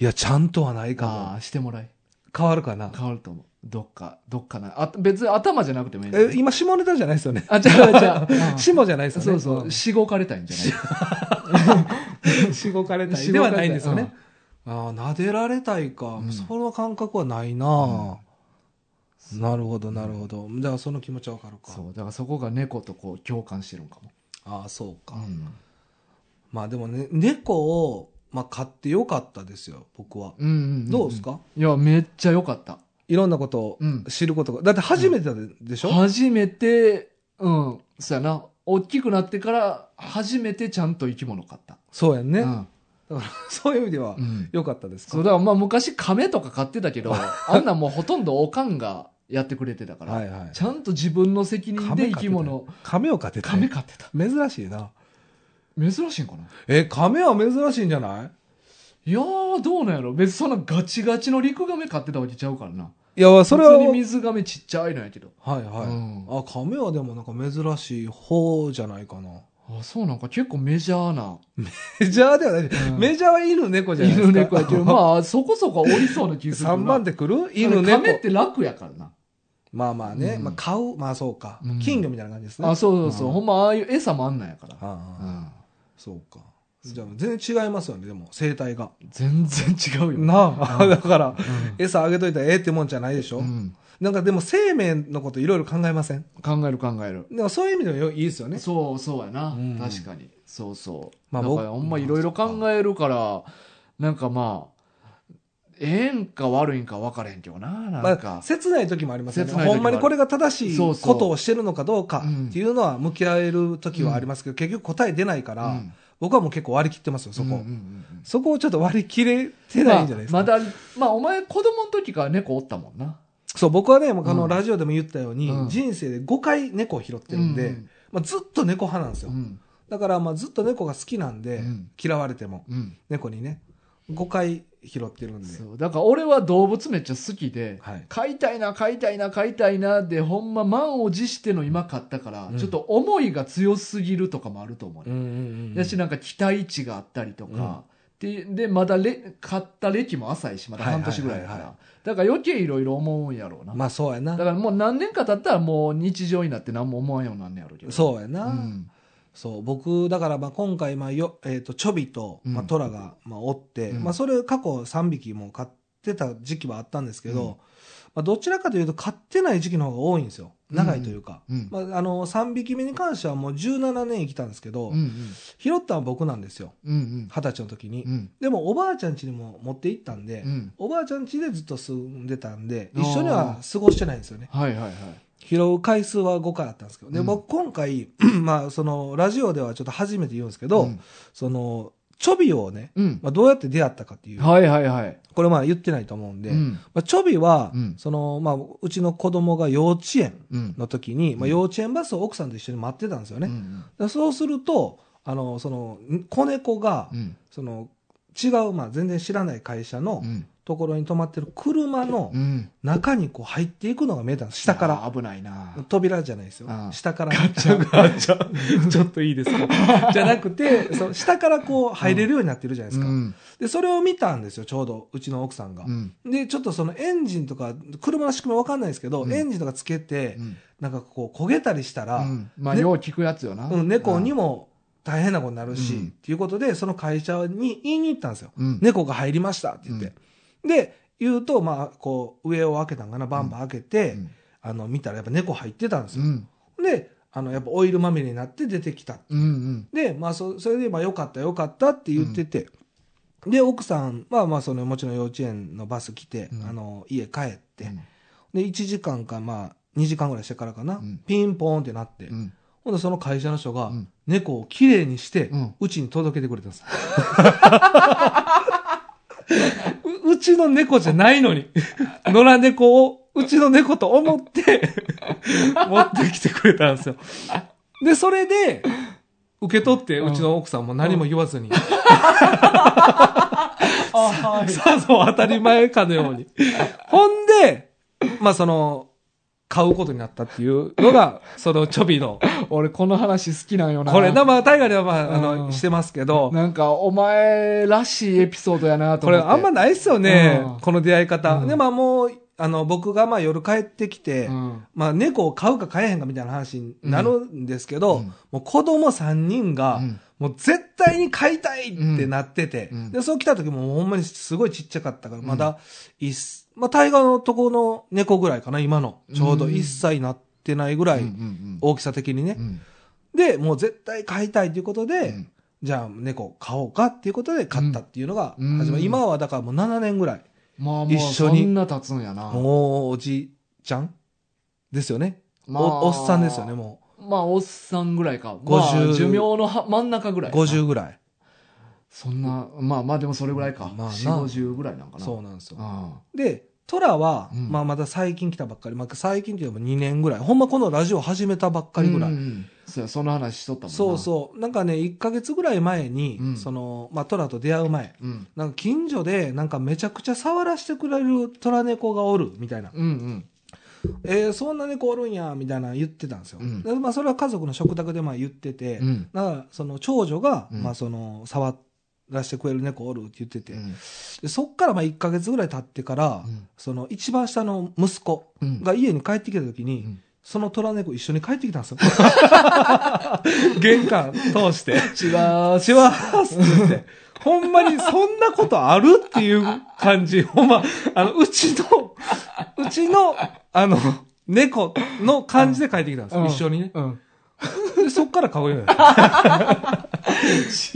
いや、ちゃんとはない
あ
か
あしてもらい
も。変わるかな。
変わると思うどっかどっかなあ別に頭じゃなくてもいいんだよ
え、今、下ネタじゃないですよね。
あ違う違う
下じゃないですよ
[LAUGHS]
ね。
そうそうしごかれたいんじゃ
ん。しごかれた
し [LAUGHS]
い。
ごかれ
では
たい
ないんですよね。ああ、撫でられたいか。
うん
その感覚はないな、
うん
なるほど、なるほど。じゃあ、その気持ちはわかる
な
か
い。そうだからそこが猫とこう共感してるんかも
ああ、そうか。
うん
まあでもね、猫を、まあ、飼ってよかったですよ、僕は。
うんんんん
どうですか
いやめっちゃ良かった
いろんなことを
うん
知ることが。だって初めてでしょ、
初めてうんそうやな大きくなってから初めてちゃんと生き物買った
そうやんね。
うん
そういう意味では
う、ん
よかったですか、
そうだからまあ昔亀とか飼ってたけ [LAUGHS] どあんなんもうほとんどおかんがやってくれてたから、
はいはい
ち。ゃんと自分の責任で生き物
亀を飼ってた
亀飼ってた
珍しいな。
珍しいんかな
え、亀は珍しいんじゃない
いやーどうなんやろ別にそんなガチガチの陸亀飼ってたわけちゃうからない
や、それは、
普通に
はい
水亀ちっちゃいのやけど、
はい。
うん
あ、亀はでもなんか珍しい方じゃないか [LAUGHS] な。
あそうなんか結構メジャーな
メジャーではない。
うん
メジャーは犬猫じゃないですか。
犬猫やけ
[LAUGHS]
どまあそこそこおりそうな気するな
3番で来る
あ
犬
の
猫
亀っ。て楽やからな
まあまあね。
うん
まあ買う。まあそうか
うん。
金魚みたいな感じですね。
あそうそうそう、
うん
ほんまああいう餌もあんなんやから、
あ
う
あ
ん、
そうか。じゃあ全然違いますよね、でも、生態が。
全然違うよ、
[LAUGHS] なあ、だから、
う
餌あげといたらええってもんじゃないでしょ、
ん、
なんかでも生命のこといろいろ考えません
考える考える、
でもそういう意味でもよいいですよね。
そうそうやな、
うん
確かにそうそう、
まあ
だから
僕
ほんまいろいろ考えるからなんかまあええんか悪いんか分からへんけどな
ま
なんか、
あ、切ない時もありますよね。
切ない時もあ
ほ
る
んまにこれが正しい
そうそう
ことをしてるのかどうか
うん
っていうのは向き合える時はありますけど、結局答え出ないから、
うん
僕はもう結構割り切ってますよ、そこ。
うんうんうんうん
そこをちょっと割り切れてないんじゃないですか。
まあまだまあお前子供の時から猫おったもんな
そう、僕はね、もうあ
う
の
ん
ラジオでも言ったように、
うん
人生で5回猫を拾ってるんで、
うん
まあ、ずっと猫派なんです
う
よ。
ん
だからまあずっと猫が好きなんで、
うん
嫌われても
うん
猫にね5回拾ってるんで
そうだから俺は動物めっちゃ好きで、
はい
飼いたいな飼いたいな飼いたいなでほんま満を持しての今飼ったから、
うん
ちょっと思いが強すぎるとかもあると思うね、
うんうんうん
やしなんか期待値があったりとか、ででまだれ買った歴も浅いしまだ半年ぐらいだから、
はいはいは
だから余計いろいろ思うんやろうな、
まあそうや
だか
な
らもう何年か経ったらもう日常になって何も思わんようになんねやろうけど
そうやな、
うん
そう僕だからまあ今回まあよ、えー、とチョビと、ま
う
あ、
ん
トラがまあおって、
うん
まあ、それ過去3匹も飼ってた時期はあったんですけど、
うん
まあ、どちらかというと飼ってない時期の方が多いんですよ長いというか、
うん
まあ、あの3匹目に関してはもう17年生きたんですけど、
うん
拾ったのは僕なんですよ
うんうん
二十歳の時に、
うんうん
でもおばあちゃん家にも持って行ったんで、
うん
おばあちゃん家でずっと住んでたんで、
あー
一緒には過ごしてないんですよね。
はいはいはい
拾う回数は5回あったんですけど、で、
うん
僕今回、 [CLEARS THROAT] まあ、その、ラジオではちょっと初めて言うんですけど、
うん
その、チョビをね、
うん
まあ、どうやって出会ったかっていう、
はいはいはい
これまあ言ってないと思うんで、
うん
まあ、チョビは、
うん
その、まあ、うちの子供が幼稚園
うん
の時に、まあ、幼稚園バスを奥さんと一緒に待ってたんですよね。
う
だか
ん
らそうすると、あの、その、子猫が
う、ん
その、違う、まあ、全然知らない会社の
う、ん
ところに止まってる車の
うん
中にこう入っていくのが見えたんです下か
あ
ら
ー危ないな
扉じゃないですよ
ああ
下からガチャガチャ [LAUGHS] ちょっといいですかじゃなくてそう下からこう入れるようになってるじゃないですか、
うん
でそれを見たんですよちょうどうちの奥さんが
う、ん
でちょっとそのエンジンとか車の仕組みわかんないですけど、
うん
エンジンとかつけて、
うん
なんかこう焦げたりしたら、
うんまあ
ね
よう聞くやつよな
うん猫にも大変なことになるし、
うん
っていうことでその会社に言いに行ったんですよ
うん
猫が入りましたって言って。で、言うと、まあ、こう、上を開けたんかな、バンバン開けて、
うん
あの、見たらやっぱ猫入ってたんです
う
よ。
ん
で、あの、やっぱオイルまみれになって出てきた。
うんうん
で、まあ、そそれで、まあ、よかった、よかったって言ってて、で、奥さんは、まあ、その、もちろん幼稚園のバス来て、
うん
あの、家帰って、
うん
で、1時間か、まあ、2時間ぐらいしてからかな、
うん
ピンポーンってなって、
うん
ほんで、その会社の人が、
うん
猫をきれいにして
うん、
うち、に届けてくれたんです。 [LAUGHS] ううちの猫じゃないの
[LAUGHS]
に、野良猫をうちの猫と思
[LAUGHS]
って、持ってきてくれたんですよ。で、それで、受け取って、
うん
うちの奥さんも何も言わず [LAUGHS] に、
あ、はい。
さぞ当たり前かのように。ほんで、まあその、買うことになったっていうのが、そのチョビの。
俺この話好きなんよな。
これな、まあ大河ではまあ、あ
う
の、
ん
してますけど、
なんか、お前らしいエピソードやなと
こ
思
れ
って。
あんま
な
ないっすよね
うん、
この出会い方。
うん
で、まあもう、あの、僕がまあ夜帰ってきて、
うん。
まあ猫を飼うか飼えへんかみたいな話になるんですけど、
うん
もう子供3人が、
うん
もう絶対に飼いたいってなってて、
うんうん
で、そう来た時ももうほんまにすごいちっちゃかったから、
うん
まだ一歳、まあ大河のとこの猫ぐらいかな、今の。ちょうど
うん
1歳なってないぐらい、
うん
大きさ的にね
う。ん
で、もう絶対飼いたいということで、
うん
じゃあ猫飼おうかっていうことで飼ったっていうのが始まる。
うん
今はだからもう7年ぐらい。
まあもう、
一緒に
そんな経つんやな。
もうおじいちゃんですよね。
まあ
おおっさんですよね、も
まあ、おっさんぐらいか。
50
まあ寿命のは真ん中ぐ
う。
らい。。
50ぐらい。
そんな、まあまあでもそれぐらいか。
まあな
四五十ぐらいなんかな。
そうなんですよ。
あ
で、トラは、
うん
まあまだ最近来たばっかり、まあ最近って言えば2年ぐらい。ほんまこのラジオ始めたばっかりぐらい。
い。そうや、その話しとったもんな。
そうそう。なんかね、1ヶ月ぐらい前に、
うん
その、まあトラと出会う前、
う。うん。
なんか近所で、なんかめちゃくちゃ触らせてくれるトラ猫がおる、みたいな。
うんうん。
えーそんな猫おるんや、みたいな言ってたんですよ。
うん
でまあそれは家族の食卓でまあ言ってて、
うん。
なんかその長女が、
うん
まあその、触らせてくれる猫おるって言ってて、
うん
でそっからまあ1ヶ月ぐらい経ってから、その一番下の息子、
うん
が家に帰ってきた時に、
うん
その虎猫一緒に帰ってきたん
[LAUGHS]
ですよ。玄関通して。
違う。
しわーすって言って。ほんまにそんなことあるっていう感じ。ほんま、あの、うちの、うちの、あの、猫の感じで帰ってきたんですよ。
うん
一緒にね。
うん。
でそっから顔ように
[LAUGHS]
なった。
違う。
し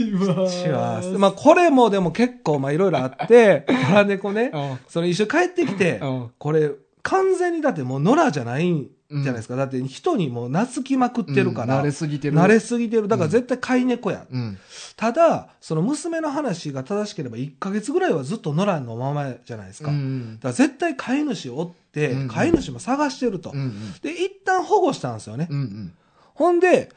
わーすまあ、これもでも結構、まあ、いろいろあって、虎猫ね、その一緒に帰ってきて、
うん。
これ、完全にだってもう野良じゃないんじゃないですか。だって人にもう懐きまくってるから。
慣れすぎてる。
慣れすぎてる。だ
う
から
ん
絶対飼い猫や。
うん。
ただ、その娘の話が正しければ1ヶ月ぐらいはずっと野良のままじゃないですか。
う
だ
ん。
から絶対飼い主を追って、
うん
飼い主も探してると。
うん。
で、一旦保護したんですよね。
うんうん。
ほんで、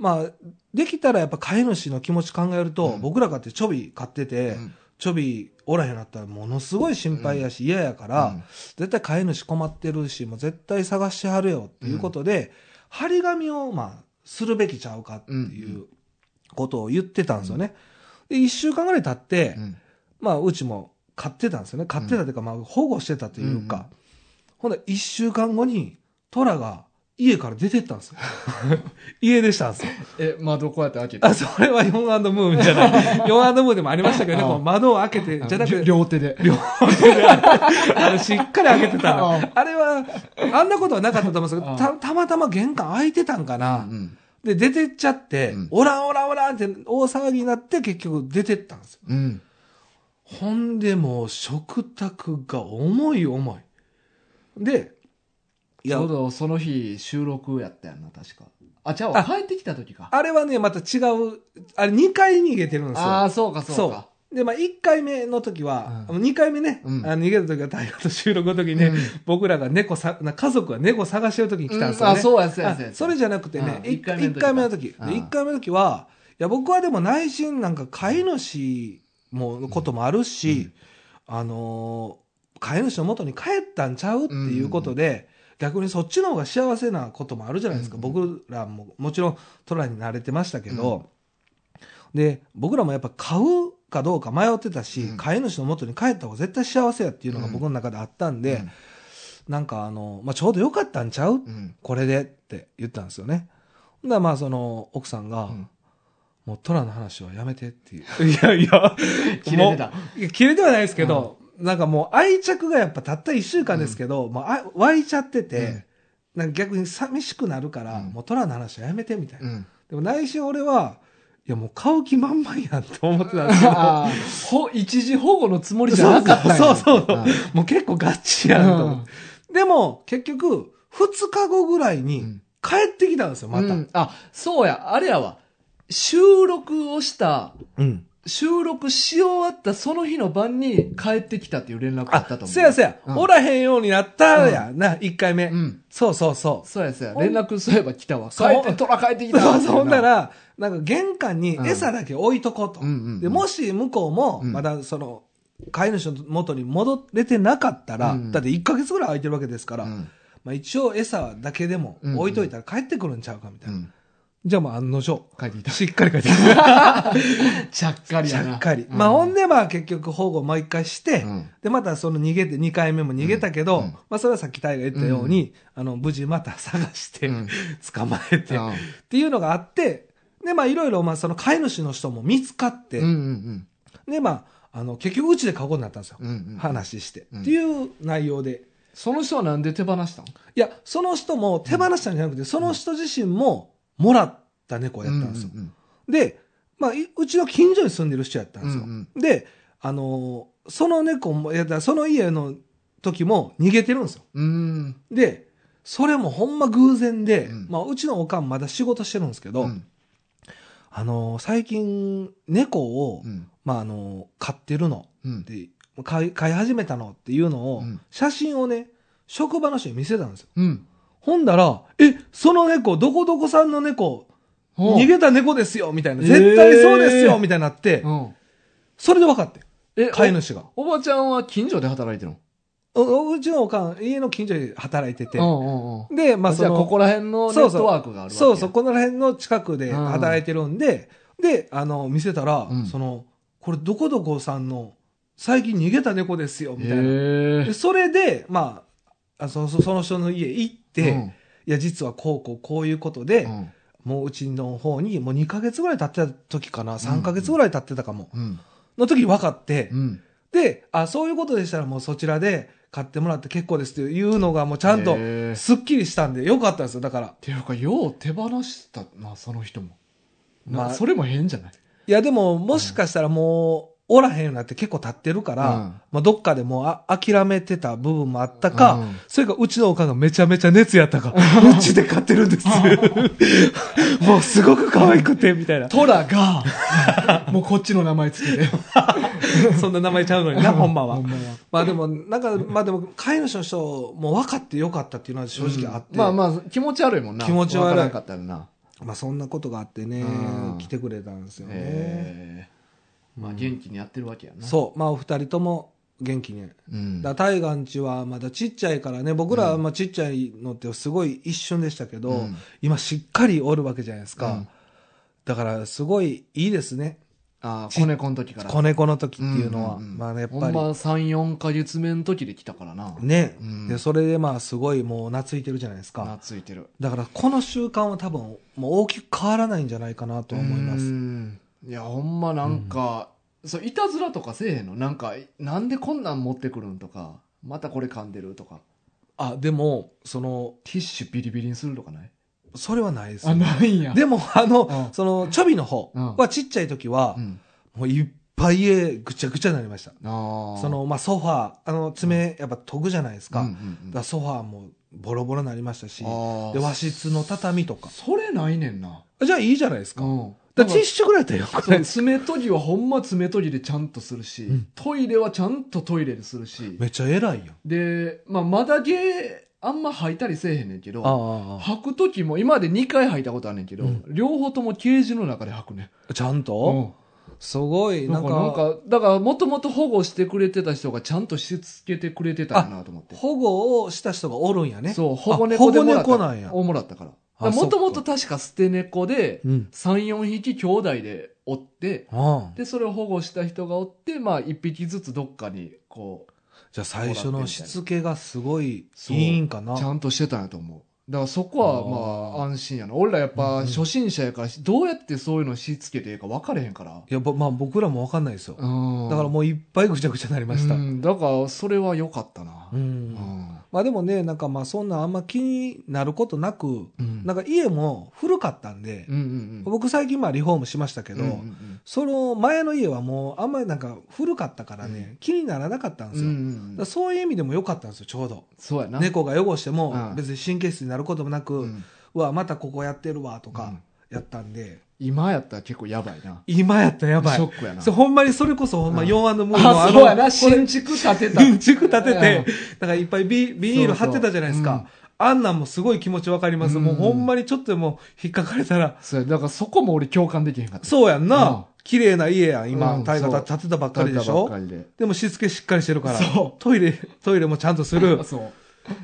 まあ、できたらやっぱ飼い主の気持ち考えると、
うん
僕らがってチョビ飼ってて、
うん
チョビおらへんなったらものすごい心配やし嫌やから、
うん
絶対飼い主困ってるし、もう絶対探してはるよっていうことで、張り紙を、まあ、するべきちゃうかって
ん
いううことを言ってたんですよね。で、一週間ぐらい経って、
うん
まあ、うちも飼ってたんですよね。飼ってたというか、まあ、保護してたというか。ほんで、一週間後に、トラが家から出てったん [LAUGHS] ですよ。家出したんですよ。
え、窓こうやって開けて。
あ、それは4アンドムーンじゃ [LAUGHS] ない。4アンドムーンでもありましたけどね、
あ
こう窓を開けて、じゃなくて、
両手で。
両手であのしっかり開けてたの。
うん
あれは、あんなことはなかったと思うんです
う
けど、
ん
たたまたま玄関開いてたんかな。
うん。
で、出てっちゃって
うん、
おらんおらんおらんって大騒ぎになって結局出てったんですよ。
うん。
ほんでもう食卓が重い重い。で、い
ち
や
ょう、どその日収録やったやんな、確か。あ、ちゃう
あ
わ。帰ってきた時か。
あれはね、また違う、あれ2回逃げてるんですよ。
ああ、そうか、そうか。
で、まあ、1回目の時は、
う
2回目ね、
うん
あの逃げた [LAUGHS] 時は大河と収録の時にね、
うん
僕らが猫さ、な家族が猫探してる時に来たんですよ、ね
うんあ、そうや、そうや、
あ
そうや。
それじゃなくてね、
うん
一
一回
一回目の時。
一
で
回目の時
一回目の時は、いや、僕はでも内心なんか飼い主も、こともあるし、あのー飼い主の元に帰ったんちゃうっていうことで、逆にそっちの方が幸せなこともあるじゃないですか。
うん
僕らも、もちろんトラに慣れてましたけど、で、僕らもやっぱ買うかどうか迷ってたし、
うん
飼い主の元に帰った方が絶対幸せやっていうのが僕の中であったんで、なんかあの、まあ、ちょうど良かったんちゃう
うん、うん。
これでって言ったんですよね。ほんならまあその奥さんが、
うん
もうトラの話はやめてっていう。いやいや、
切れてた
もう。いや切れてはないですけど、なんかもう愛着がやっぱたった一週間ですけど、もうあ湧いちゃってて、なんか逆に寂しくなるから、
うん
もうトラの話はやめてみたいな。
うん。
でも内心俺は、いやもう買う気満々やんと思ってたんですけど、
ああ、ほ、一時保護のつもりじゃなかったんや
[LAUGHS] そうそうそうもう結構ガチやんと思って。でも結局、二日後ぐらい
うんうん
に帰ってきたんですよ、また。
うんあ、そうや、あれやわ。収録をした
うん。
収録し終わったその日の晩に帰ってきたっていう連絡があったと思
あ、
う。
せやせや、
うん
おらへんようになったや、な、一回目、
うん。
そうそうそう。
そうやそうや。連絡すれば来たわ。帰
そう
って、トラ帰ってきたわ [LAUGHS] っ
そう
て
[LAUGHS] そうほんなら、なんか玄関に
うん
餌だけ置いとこうと。
うんうんうん
でもし向こうも、
うん
まだその、飼い主の元に戻れてなかったら、
うん
だって1ヶ月ぐらい空いてるわけですから、
うん
まあ一応餌だけでも
うんうん
置いといたら帰ってくるんちゃうかみたいうな。
ん。
じゃあまあ案の定、
帰って
[LAUGHS]
きた。
しっかり帰ってきた。
ちゃっかり
し
やな。
っかり。まあほん
で、
でまあ結局保護をもう一回して、
うん
で、またその逃げて、2回目も逃げたけど、
うんうん
まあそれはさっきタイが言ったように、あの、無事また探して、
うん
[LAUGHS] 捕まえて、っていうのがあって、で、まあいろいろ、まあその飼い主の人も見つかって、
うんうん
で、まあ、あの、結局うちで飼うことになったんですよ。
うんうんうん。
話して、
うん
っていう内容で。
その人はなんで手放したん
いや、その人も手放したんじゃなくて、その人自身ももらった猫をやったんですよ。
ううん
で、まあ、いうちの近所に住んでる人やったん
う
ですよ。
ん
で、あのーその猫も、いやだからその家の時も逃げてるんですよ。
うん。
で、それもほんま偶然で、
うん
まあ、うちのおかんまだ仕事してるんですけ
う
ど、
ん。うん
あのー最近、猫を、
うん
まあ、あのー飼ってるの
うん
って、飼い飼い始めたのっていうのを、
うん
写真をね、職場の人に見せたんですよ。
うん。
ほんだら、え、その猫、どこどこさんの猫、
ほう
逃げた猫ですよみたいな、
えー
絶対そうですよみたいになって、
うん
それで分かって、
え、
飼い主が。
おばちゃんは近所で働いてるの
おおうちのおかん、家の近所で働いてて、
うんうんうん。
で、まあ、そ
じゃあ、
の、
ここら辺のネットワークがあるわけや
そうそう、この辺の近くで
うん
働いてるんで、で、あの、見せたら、
うん
その、これ、どこどこさんの、最近逃げた猫ですよみたいな。
へ
で
え。
それで、まあ、あそそその人の家行って、
うん
いや、実はこうこうこういうことで、
うん
もううちの方にもう2ヶ月ぐらい経ってた時かな、3ヶ月ぐらい経ってたかも、
うん
の時に分かって、
うん
で、あ、そういうことでしたらもうそちらで買ってもらって結構ですっていうのがもうちゃんと
へえ
すっきりしたんでよかったんですよ、だから。
ていうか、よう手放したな、その人も。
ま
ま
あ
あ、それも変じゃない
いや、でももしかしたらもう、おらへんようになって結構経ってるから、
うん
まあ、どっかでもうあ諦めてた部分もあったか、
うん
それかうちのおかんがめちゃめちゃ熱やったか、うちで買ってる
[LAUGHS]
んです。 [LAUGHS] もうすごく可愛くて、みたいな。
トラが、もうこっちの名前つけて。
そんな名前ちゃうのにな、ほんまは
ほ。んまは
まあでも、なんか、まあでも、飼い主の人も分かってよかったっていうのは正直あって、
うんまあまあ、気持ち悪いもんな。
気持ち悪い
わからんかったらな。
まあそんなことがあってね
う、ん
来てくれたんですよね。
へえ。まあ、元気にやってるわけやな。
そう、まあお二人とも元気に。
うん。
だタイガンチはまだちっちゃいからね、僕らはまあちっちゃいのってすごい一瞬でしたけど、
うん
今しっかりおるわけじゃないですか。
うん
だからすごいいいですね。
あー子猫の時から。
子猫の時っていうのは。
んんん
まあやっ
ほ
ぱ
ん
り。
ま3、4ヶ月目の時で来たからな。
ね、
うん
で、それでまあすごいもう懐いてるじゃないですか。
懐いてる。
だからこの習慣は多分もう大きく変わらないんじゃないかなとは思いま
う
す。
んいや、ほんまなんか、そう、いたずらとかせえへんのなんか、なんでこんなん持ってくるんとか、またこれ噛んでるとか、
あ、でも、その、
ティッシュビリビリにするとかない
それはないですよ、
いんや
でも、あの、
うん
その、チョビの方
うん
はちっちゃい時は
う、ん。
もういっぱい家ぐちゃぐちゃになりました。
ああ。
その、まあ、ソファー、あの、爪、やっぱ研ぐじゃないですか。
うんう
だか
んうん、
らソファーもボロボロになりましたし、
あー
で和室の畳とか。
それないねんな。
じゃあいいじゃないですか。
ん。
だからティッシュぐらいだよ。
そう爪研ぎはほんま爪研ぎでちゃんとするし、
うん
トイレはちゃんとトイレでするし、
めっちゃ偉いよ。
で、まあ、まだ毛、あんま履いたりせえへんねんけど、
あ
履く時も、今まで2回履いたことあんねんけど、
うん
両方ともケージの中で履くね。
あ。ちゃん
う
と、
ん
すごい、
なんか、なんか、だから、もともと保護してくれてた人がちゃんとしつけてくれてたんやなと思って。
保護をした人がおるんやね。
そう、保護猫でもら
あ
っ
保
た。
護猫なんや
をもらったから。
あ
もともと確か捨て猫で、
うん。
3、4匹兄弟でおって、
ああ。
で、それを保護した人がおって、まあ、1匹ずつどっかに、こ
じゃあ最初のしつけがすごいい
そう
いんかな。
う、ちゃんとしてたんやと思う。だからそこは、まあ、安心やな。俺らやっ
うんう
ぱ、
ん
初心者やから、どうやってそういうのしつけていいか分かれへんから。
いや、ぼまあ僕らもわかんないですよ。
うん。
だからもういっぱいぐちゃぐちゃになりました。
う
うん。
んだからそれは良かったな、うん
まあでもね、なんかまあそんなあんま気になることなく、
うん
なんか家も古かったんで
う、んうんうん
僕最近まあリフォームしましたけど、
うんうん
その前の家はもうあんまりなんか古かったからね、
う
気にならなかったんで
うんう
すよ。
んう
だから
ん
そういう意味でも良かったんですよ、ちょうど。
そうやな
猫が汚しても
うん
別に神経質になることもなく、う
うん
わ、またここやってるわと
う
か
ん
やったんで、
今やったら結構やばいな。
今やったらやば
シ
い
ョ。ックやな。
そうほんまにそれこそほんま
うん
4& のもの
あ、
あ
そうやな。
の、これ
新築建てた。
新築建て
うん
て、なんかいっぱいビビニール貼ってたじゃないです
そうそ
か。あんなんもすごい気持ちわかります。
うん
もうほんまにちょっとでも引っかかれたら、
そうや。だからそこも俺共感できへんかった。
そうやん
うん
な。綺麗な家やん、
う
今
ん。
大
そ
河
う
建てたばっかり
建
で
て
した
ばっか
ょ
りで。
でもしつけしっかりしてるから
そ。
トイレ、トイレもちゃんとする。
そう。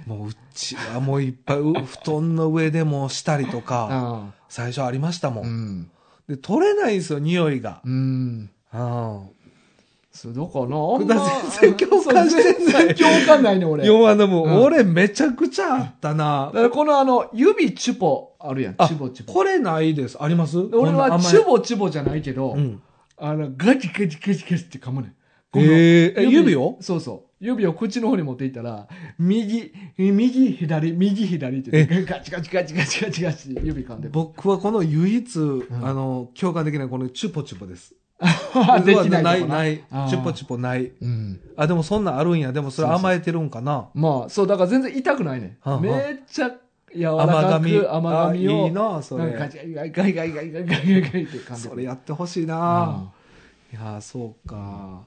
もううちはもういっぱい、う布団の上でもしたりとか、
あ
最初ありました
あ。
も。
うんん。
で、取れないんですよ、匂いが。
うん。
うん。
そう、だからな、あん
だ
[LAUGHS]
全然共感してない
そう全然共感ないね、俺。だ
要はでも、
うん
俺めちゃくちゃあったな。
からこのあの、指チュポあるやん。
あ
チュポチュポ。
これないです。あります
で俺
こんな
は
甘い
チュボチュボじゃないけど、
うん。
あの、ガチガチガチガチって噛むねん。
え
この
ーえ指を
そうそう。指を口の方に持っていったら、右、右、左、右、左って言って、ガチガチガチガチガチガチ指噛ん
[LAUGHS]
でる。
僕はこの唯一、
ん
あの、共感できないこのチュポチュポです。
できない
な
と
い、
こな。
ない
あー。
チュポチュポない。
うん。
あ、でもそんなんあるんや。でもそれ甘えてるんかな。
まあ、そう、だから全然痛くないね
はあは。あ
めっちゃ柔ら
甘
か
噛み。
く甘噛み
あ
を
いい、な、そ
なんかガ
れ。
チガチガチガチガチガチガチガチって噛んで
そ
く
れ
る。
やってほしい
あ
な。いやー、そうか。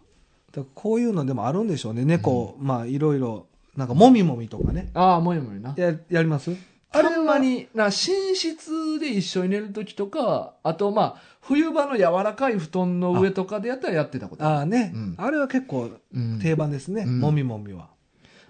だからこういうのでもあるんでしょうね。猫、まあいろいろ、なんかもみもみとかね。
ああ、もやもやな。
や、やります
あれまに、な、寝室で一緒に寝るときとか、あとまあ、冬場の柔らかい布団の上とかでやったらやってたことあ
ああね、
うん
あれは結構
る。うん
定番ですね、
うん
もみもみは。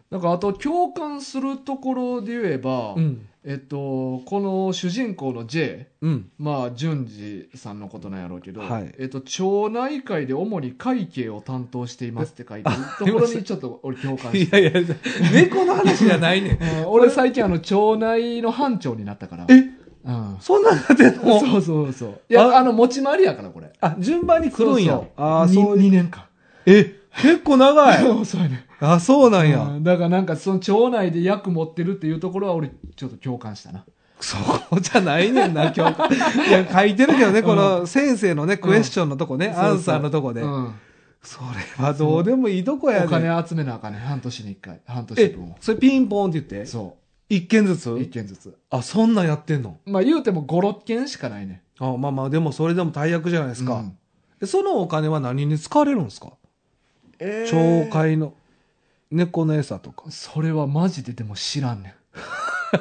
なんかあと共感するところで言えば、
ん。
えっと、この主人公の J、
うん。
まあ、淳二さんのことなんやろうけど、
はい
えっと、町内会で主に会計を担当していますって書いてるところにちょっと俺共感
[LAUGHS] い
して
やいや、猫の話じゃない
[LAUGHS]
ねん。
うん俺最近あの町内の班長になったから
え
うん、
そんなんなってんの
そうそうそういやあ
あ
の持ち回りやからこれ
あ、順番に来るんや。
そうそう
ああ、
に
そう
2
いう。
年間
え、結
[LAUGHS]
構長い。
そうやね
あ、そうなんや。
うんだからなんかその町内で役持ってるっていうところは俺ちょっと共感したな
そこじゃないねん [LAUGHS] な、今日。いや、書いてるけどね、この先生のね、クエスチョンのとこね、
ん
アンサーのとこで
う。ん、
それはどうでもいいとこ
お
やねん。
金集めなあかんね半年に1回半年
え
分を、
それピンポンって言って。
そ
一件ずつ
う1件ずつ
あ、そんなんやってんの
まあ言うても56件しかないね
あまあまあ、でもそれでも大役じゃないですか。
うん
でそのお金は何に使われるんですか
え
懲戒の猫の餌とか
それはマジででも知らんね
[LAUGHS]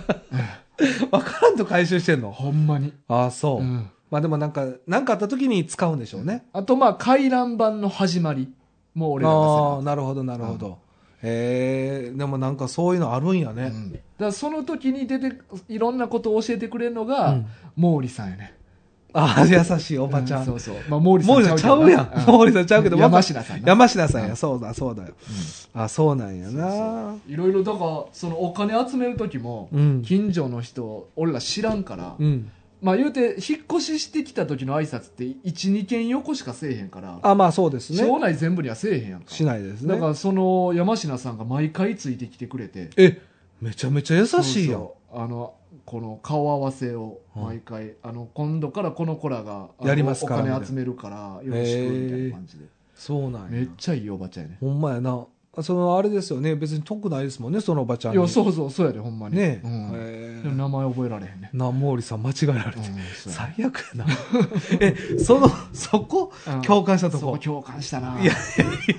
わからんと回収してん
ん
の
ほんまに、
ああそう、
うん
まあでもなんか何かあった時に使うんでしょうね、
あとまあ回覧板の始まりもう俺らが
あ
世
あ
話
なるほどなるほど、へえでもなんかそういうのあるんやね、
うんだからその時に出ていろんなことを教えてくれるの
う
が
ん
毛利さんやね
ああ優しいおばちゃ、
うんそうそうまあ毛利
毛利さ
さ
ん
ん
ちゃうやん、毛利さんちゃうけど
山
わか
科さんな
山科さんや、
うん
そうだそうだよ、あそうなんや
う
な
んいろいろだからそのお金集める時も
うん
近所の人俺ら知らんから
うん
まあ言うて引っ越ししてきた時の挨拶って12件横しかせえへんから
あまあそうですね
町内全部にはせえへんやんか
しないですね
だからその山科さんが毎回ついてきてくれて
えめちゃめちゃ優しいやん
そうそうあのこの顔合わせを毎回、あの今度からこの子らがあの
やりますから
お
ね
金集めるからよろしくみたいな感じで、
そうなんや
めっちゃいいおばちゃんやね
ほんまやな。そのあれですよね。別に得ないですもんね、そのおばちゃん
い
に。
やそうそうそうやでほんまに
ねえ。
うん
え
でも名前覚えられへんね、
な、毛利さん間違えられて
うん。そうや
最悪やな。 [LAUGHS] え、その、そこ、
うん
共感したと
そこ
こ。
共感したない
や、い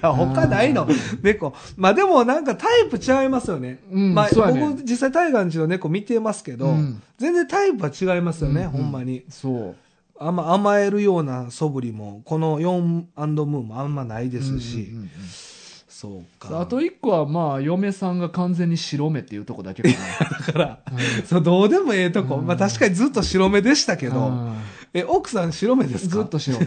や、他ない
う
の
ん。
猫。まあでもなんかタイプ違いますよね。
うん
まあ、
そうやね
僕実際タイガーの家の猫見てますけど、
うん
全然タイプは違いますよね、
うん
ほんまに。
そう
あんま甘えるような素振りも、この4ムーもあんまないですし、
うんうんうん
そうか。
あと一個はまあ嫁さんが完全に白目っていうとこだけか
だから、
な、うん
そうどうでもええとこ、
うん
まあ、確かにずっと白目でしたけど、
うん
え奥さん白目ですか
ずっと白目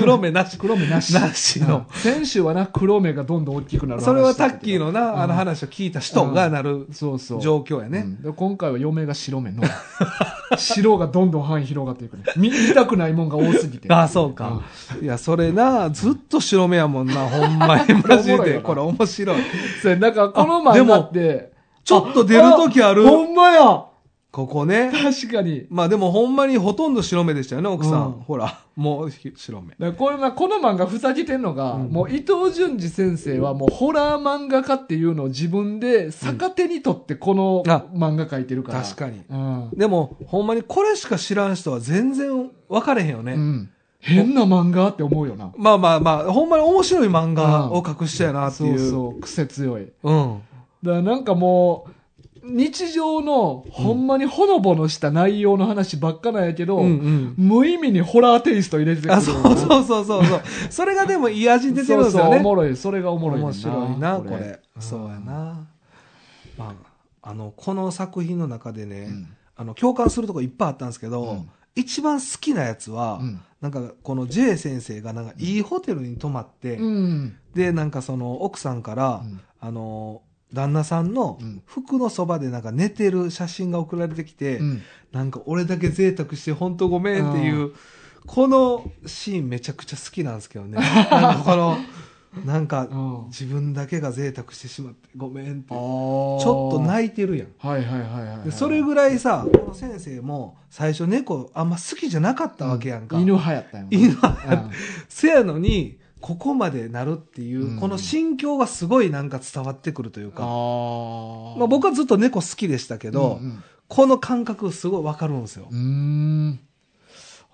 黒目なし
黒目なし
なしの、
うん先週はな黒目がどんどん大きくなる話
それはタッキーの
うん
なあの話を聞いた人がなる
そうそう
状況やね、
うんで今回は嫁が白目の [LAUGHS] 白がどんどん範囲広がっていくね見見たくないもんが多すぎて
ああそうか、いやそれなずっと白目やも
[LAUGHS]
んなほんまにマジ
おもろいよ
で
な
これ面白い
それなんかこの
あで
漫
も
画って
ちょっと出る時ある
ほんまや
ここね。
確かに。
まあでもほんまにほとんど白目でしたよね、奥さん。
うん
ほら、もうひ白
だ
目。
からこれまあこの漫画ふさぎてんのが、
うん
もう伊藤淳二先生はもうホラー漫画家っていうのを自分で逆手にとってこの
うんあ
漫画描いてるから。
確かに。
うん。
でも、ほんまにこれしか知らん人は全然分かれへんよね。
うん。変な漫画って思うよな。
まあまあまあ、ほんまに面白い漫画を隠したやなっていう。
そうそう、癖強い。
うん。
だからなんかもう、日常のほんまにほのぼのした内容の話ばっかなんやけど、
うんうん。
無意味にホラーテイスト入れてくる。
あ、そうそうそうそうそう。それがでもいい味出てるんです
そう
よ
そう
ね。
おもろい。それがおもろいねん。
面白いなこれ
うん
そうやな、まあ、あのこの作品の中でね、
うん
あの共感するとこいっぱいあったんですけど、
うん
一番好きなやつは、
うん
なんかこの J 先生がなんかいいホテルに泊まって、
うん。
でなんかその奥さんから、
うん
あの旦那さんの
うん
服のそばでなんか寝てる写真が送られてきて、
うん
なんか俺だけ贅沢して本当ごめんっていう、このシーンめちゃくちゃ好きなんです
[LAUGHS]
けどねなんかこのなんか
うん
自分だけが贅沢してしまってごめんってち
あ
ょ
ー
っと泣いてるやん
はいはいはいはいはい
でそれぐらいさこの先生も最初猫あんま好きじゃなかったわけやんか、
犬派やったんやもん
犬
うん
派せやのにここまでなるっていう、
うん
この心境がすごいなんか伝わってくるという
あ
か
ー
まあ、僕はずっと猫好きでしたけど、
うん
この感覚すごいわかるんですよ、
うんうーん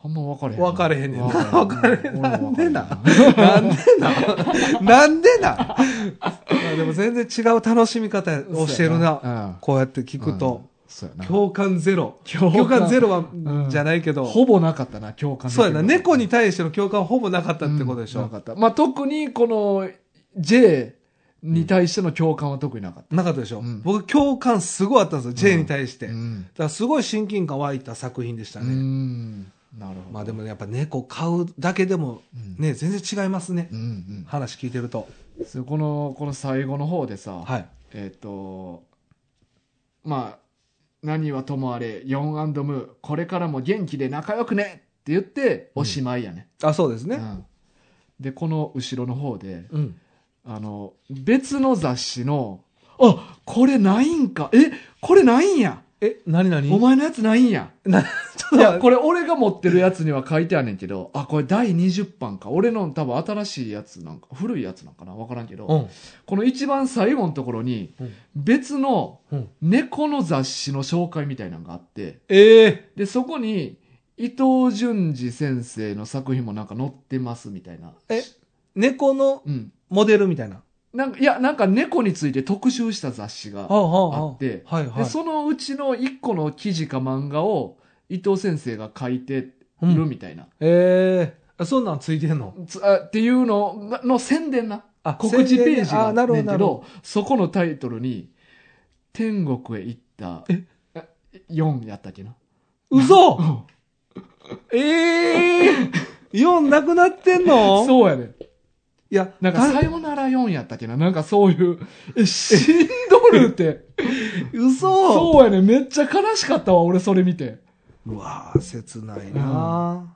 あんま分かれへん
分かれへんねんな
分かれへん
分かれへんなんでな
俺も分かれへん
なんでななんでなまあでも全然違う楽しみ方をしてるな、
うん
こうやって聞くと、
そうやな
共感ゼロ
共
共
感
感ゼロは、
ん
じゃないけど
ほぼなかったな共感でき
そう
る
やな猫に対しての共感はほぼなかったってことでし
うんな
ょ、
かったまあ特にこの J に対しての共感は特になかっ
なかったでしょ、
うん
僕共感すごいあったんですよ、J に対して
た
だ
う
か
ん
らすごい親近感湧いた作品でした
う
ね、
んなるほど
まあでもねやっぱ猫飼うだけでも
うん
ね全然違いますね、
うんうん
話聞いてると
そうこのこの最後の方でさ、
はい
えっ、とまあ何はともあれヨンムーこれからも元気で仲良くねって言っておしまいやね,
あそうです
うん、
ね、
でこの後ろの方で
うん、
あの別の雑誌の「あこれないんかえこれないんや
え何何
お前のやつないんや」
なちょ
い
っと待
や
って
これ俺が持ってるやつには書いてあんねんけどあこれ第20版か俺の多分新しいやつなんか古いやつなんかな分からんけど、
うん
この一番最後のところに
うん
別の
うん
猫の雑誌の紹介みたいなのがあって
ええ
でそこに伊藤淳二先生の作品もなんか載ってますみたいな
え猫の
うん
モデルみたいな
なんかいやなんか猫について特集した雑誌が
あは
あって
はいはい
でそのうちの1個の記事か漫画を伊藤先生が書いて
う
る
ん、
みたいな、
ええあそんなんついてんの
つあっていうのがの宣伝な
あ
告知ページがあ
な
る
る
ん
ほ
ねんけ
どなるほ
どそこのタイトルに「天国へ行った
え
4」やったっけな
ど嘘
うん
ええ
[LAUGHS]
ー、4なくなってんの
そうやねん
いや
なんか「
た
さよなら4」やったっけななんかそう
[LAUGHS]
いうえ死んどるって
嘘
そうやねんめっちゃ悲しかったわ俺それ見て
うわあ切ないな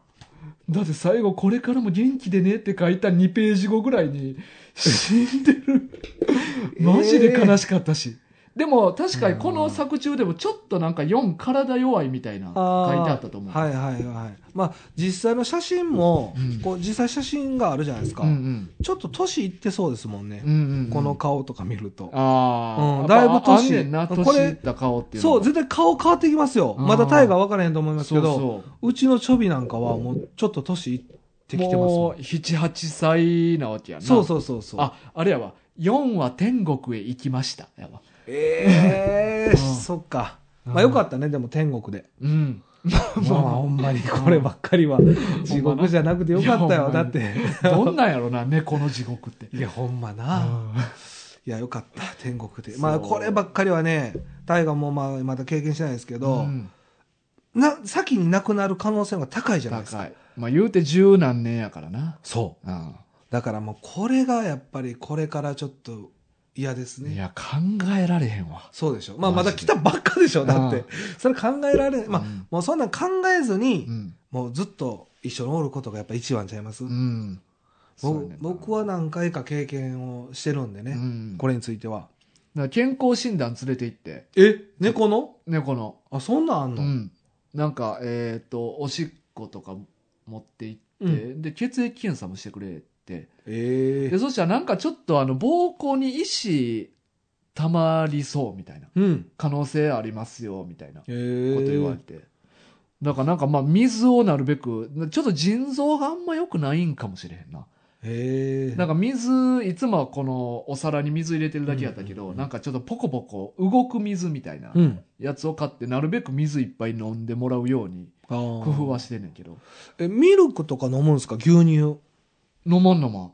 だって最後「これからも元気でね」って書いた2ページ後ぐらい
[LAUGHS]
に死んでるマジで悲しかったし、でも確かにこの作中でもちょっとなんか4体弱いみたいな書
あー
いてあったと思う、
はいはいはいまあ実際の写真も、
うん
こう実際写真があるじゃないですか、
うんうん
ちょっと年いってそうですもんね
う、んうんうん
この顔とか見ると、
ああ、
うんだいぶ
やっぱあん
年
ねんな
こ
年
れ
いった顔っていうの
そう
が
絶対顔変わってきますよ
うん
まだタイが分からへんと思いますけどう
そうそう
ちのちょびなんかはもうちょっと年いってきてますもん
もう78歳なわけやな
そう
う
そうそうそう
ああれやわ4は天国へ行きましたやわ
ええー
うん
そっか
うん
まあよかったねでも天
[LAUGHS]
国で
うん
まあほんまにこればっかりは地獄じゃなくてよかったよ
いやほんま
だ
に [LAUGHS]
って
どんなんやろな猫の地獄って
いやほんまな、いやよかった天国で
そう
まあこればっかりはね大河もまあまだ経験してないですけ
う
ど、
ん
な先に亡くなる可能性が高いじゃないです
高
か
いまあ言うて十何年やからな
そ
うん
うだからもうこれがやっぱりこれからちょっと嫌です
い
ね
や考えられへんわ
そうでしょまあ
マ
ま
ジで
だ来たばっかでしょだっ
うん
てそれ考えられまあ、
うん
もうそんなん考えずに、
うん
もうずっと一緒におることがやっぱ一番ちゃいます、
うん
僕僕
は
は何回か経験をしてるんでね、こ
れ
れについては
から健康診断連れて行って、
え、猫の
猫の。
あ、そんなんあん
う
の、
ん。なんか、えっ、と、おしっことか持って行って、で、血液検査もしてくれって。
ええ
で、そしたらなんかちょっとあの、膀胱に石溜まりそうみたいな。
うん。
可能性ありますよ、みたいなこ
ええ
と言われて。だからなんかまあ、水をなるべく、ちょっと腎臓があんま良くないんかもしれへんな。
ええ
なんか水、いつもはこのお皿に水入れてるだけやったけど、
うんうんうん
なんかちょっとポコポコ動く水みたいな
うん。
やつを買って、なるべく水いっぱい飲んでもらうように
あー
工夫はしてんねんけど。
え、ミルクとか飲むんですか牛乳。飲
飲まん飲まん。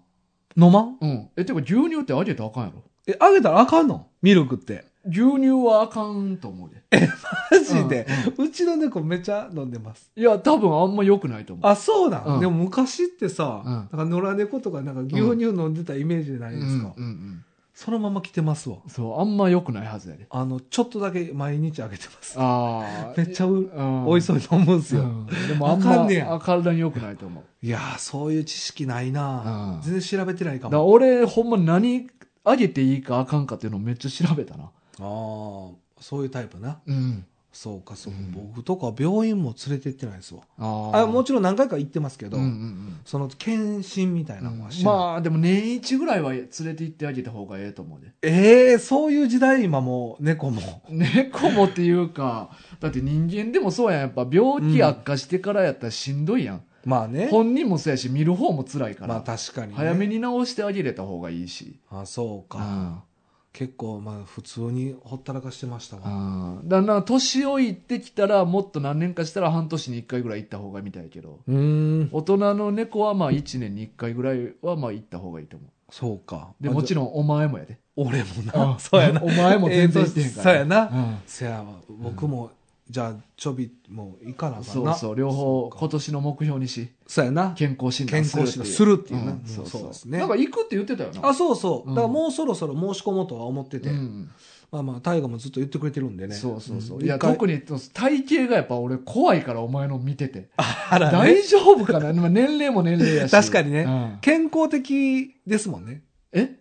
まん
うん。え、てか牛乳ってあげたらあかんやろ。
え、あげたらあかんのミルクって。
牛乳はあかんと思うで。
マジで。うちの猫めちゃ飲んでます。
いや、多分あんま良くないと思う。
あ、そうなん、
うん
でも昔ってさ、
うん
なんか野良猫とかなんか牛乳飲んでたイメージじゃな
う
い
ん
で
う
す
ん
か。
うん。
そのまま来てますわ。
そう、あんま良くないはずやで。
あの、ちょっとだけ毎日あげてます。
ああ。
めっちゃう、
ゃ
おいそううに飲むんす
よ。
よ。
うんでもあん
あかんね
ま、
や
あ体に良くないと思う。
いやー、そういう知識ないな、
うん
全然調べてないか
だから
も。
俺、ほんま何あげていいかあかんかっていうのめっちゃ調べたな。
ああ、そういうタイプな。
うん。
そうか、そうか、
うん
僕とか病院も連れて行ってないですわ。
あ
あも
ち
ちろん何回か行ってますけ
ょ
ど、
うんうん
その検診みたい
うん
なのはしてない、
まあ、でも年一ぐらいは連れて行ってあげた方がええと思うね。
ええそういう時代今もう猫
[LAUGHS]
も。
猫もっていうか、だって人間でもそうやん。やっぱ病気悪化してからやったらしんどいやん。
まあね。
本人もそうやし、見る方も辛いから。
まあ確かに、ね。
早めに治してあげれた方がいいし。
あ、そう
う
か。
ん。
結構まあ普通にほったらかしてましたわ。
うん。だんだん年老いてきたら、もっと何年かしたら半年に一回ぐらい行った方がみたいけど。
うーん。
大人の猫はまあ1年に1回ぐらいはまあ行った方がいいと思う。
そうか。
で、もちろんお前もやで。
ろん。俺もな。そうやな。
お前も全然行ってへんから。
えーとそうやな
うん
せやわ。僕も、じゃあちょびもういかなあかんな。
そうそう、両方
そう
今
か
年の目標にし、
そうやな。
健康診断するっていう。
健康診断するっていうね
んそう
うんそう
そ
です
う。
ね
なんか行くって言ってたよな。
あ、そうそうう。
ん
だからもうそろそろ申し込もうとは思ってて。
うん
まあまあ、大河もずっと言ってくれてるんでね。
そうそうそう。
ん
いや、
一回
特に体型がやっぱ俺怖いから、お前の見てて。
あらね
大丈夫かなまあ年齢も年齢やし。
確かにね
うん
健康的ですもんね。 [LAUGHS]
え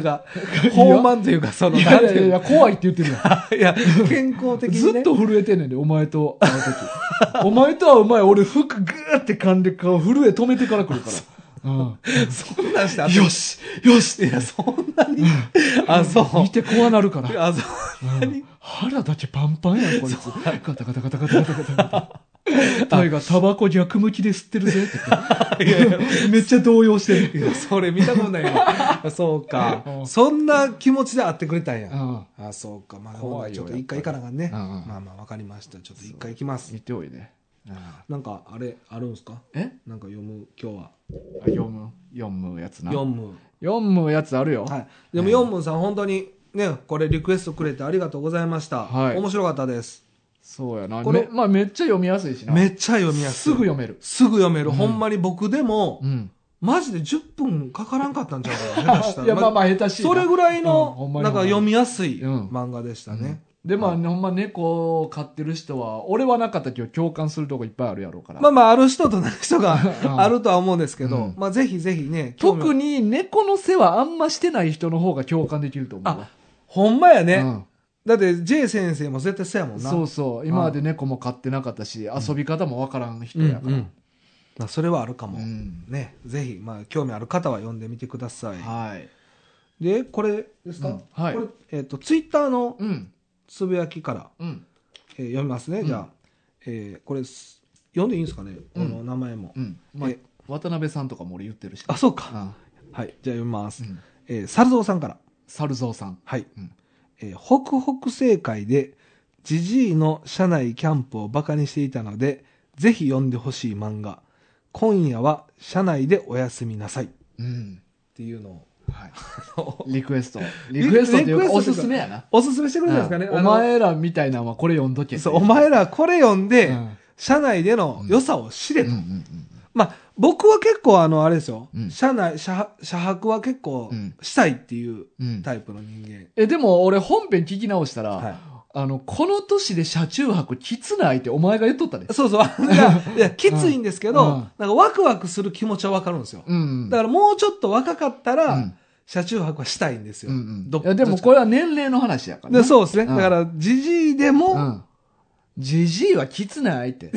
[LAUGHS]
が。豊満というか、その、
い
な
や
ん
い
て
や
い
いうや、怖いって言ってるやん。
か。いや、健康的に
ず
ね。
っと震えてんねんで、お前と会う時。お [LAUGHS] 前と会う前、俺服ぐーって噛んで顔震え止めてから来る
[LAUGHS]
から。う
そんなんしてあ
ん、
と
よしよし
いや、そんなに。あ、そう。
見て怖なるから。
[LAUGHS] あ、そう。
うん腹だけパンパンやん、こいつ。ガタガタガタガタガタガタガタ。タイがタバコ逆向きで吸ってるぜって [LAUGHS]
いやい
言って。めっちゃ動揺してる。
いや、それ見たことない
[LAUGHS]
わ。そうか
う。ん
そんな気持ちで会ってくれたん
う
や。
ん。
あ、そうか。まあ、
怖い
ち
よ
ょっと一回行かなあかんね。
やっぱりうんうん
まあまあ、わかりました。ちょっと一回行きます。
見ておいね。うん
なんか、あれ、あるんすか
え
なんか読む、今日は。
あ読む読むやつな。
読む。
読むやつあるよ。
はい。でも、ヨンムンさん、本当に、ね、これリクエストくれてありがとうございました。
はい
面白かったです。
そうやな。
これ
めまあめっちゃ読みやすいしな。
めっちゃ読みやす
す
い。
ぐ読める。
すぐ読める。
うん
ほんまに僕でも、
うん。
マジで10分かからんかったんちゃうかな、下手した
[LAUGHS]
ら。
いや、まあまあ、下手しいな。
それぐらい
うんほ
の
ん、まに
なんか読みやすい
うん
漫画でしたね。
で、まあ、
は
ほんま猫を飼ってる人は、俺はなかったけど共感するとこいっぱいあるやろうから。
まあまあ、ある人とない人
うん
があるとは思うんですけ
うん
ど、まあぜひぜひね、興味
特に猫の世話あんましてない人の方が共感できると思うわ。
ほんまや
う
ね。
ん
だって、J 先生も絶対そうやもんな。
そうそう。今まで猫も飼ってなかったし、遊び方もわからん人やから。
うんうんまあそれはあるかも
う。ん
ね、ぜひ、まあ、興味ある方は読んでみてください。
はい。
で、これですか、
うんはい
これ、えっ、と、ツイッターの
うん。
つぶやきから、
うん。
えー読みますね、
うん
じゃあ。えーこれ、す読んでいいんですかね、
うん
この名前も。
うん。まあ
え、
渡辺さんとかも俺言ってるし。
あ、そうか。
あ、
はい、じゃあ読みます。
うん。
えー、猿蔵さんから。
猿蔵さん。
はい。
うん
えー北北西会で、ジジイの社内キャンプをバカにしていたので、ぜひ読んでほしい漫画。今夜は社内でおやすみなさい。っ
うん。
ていうのを。 [LAUGHS]
はい。
あの
リクエスト。リクエストっていう
リクエスト
か、おす
っていうか
すめやな。
おすすめしてくれたんですかね、
うん
あ
お
の
前らみたいなのはこれ読んどけ。
そう、お前らこれ読んで、
うん
社内での良さを知れ
うん
と。
うんうん
まあ、僕は結構あの、あれですよ。
うん
社内、社、社泊は結構
うん
したいっていう
うん
タイプの人間。
え、でも俺本編聞き直したら、
は
あの、この年で車中泊きつないってお前が言っとったで
い。。そうそう。あのいや、いやきついんですけど、
うん
なんかワクワクする気持ちはわかるんですよ。
うん。
だからもうちょっと若かったら、
うん
車中泊はしたいんですよ。
うんうん
ど
いやでもこれは年齢の話やから、
で
ね。
そうですね。
うん
だから、じじいでも、
うん。じじいはきつない
[LAUGHS]
って。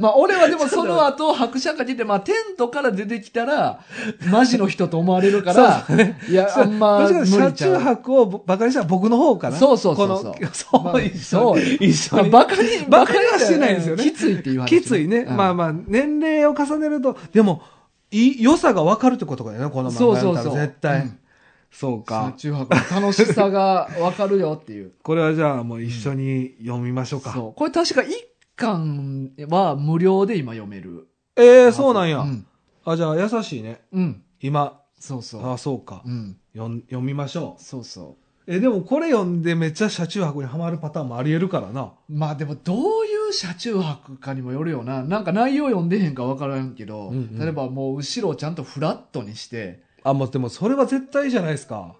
まあ俺はでもその後白車かけて、まあテントから出てきたら、マジの人と思われる
[LAUGHS]
から、いや、あんま
どっち
無
かというと車
理ちゃ
中
う。
泊をバカにしたら僕の方かな。
そうそうそうそう
このそう、
まあ
一緒に
そう
一緒
まあ
に。
バカに、
バカにはしてないですよね
きついって言われ
きついね。まあ
あ、
まあ、年齢を重ねると、でも、いい良さが分かるってことだよね、この
そ
漫
う
画
そうそ
の多
う。
分絶対。
うん
そう
車
か。
中泊の楽しさがわかるよって
[LAUGHS]
いう。
これはじゃあもう一緒に読みましょうか。
そう。これ確か一巻は無料で今読める。
ええ、そうなんや
う。ん。
あ、じゃあ優しいね。
うん。
今。
そうそう。
あ、そうか。
うん。
よん読みましょ
そうそう。
う。え、でもこれ読んでめっちゃ車中泊にはまるパターンもあり得るからな。
まあでもどういう車中泊かにもよるよな。なんか内容読んでへんかわからんけど、
うんうん
例えばもう後ろをちゃんとフラットにして、
あ、もうでもそれは絶対じゃないですか。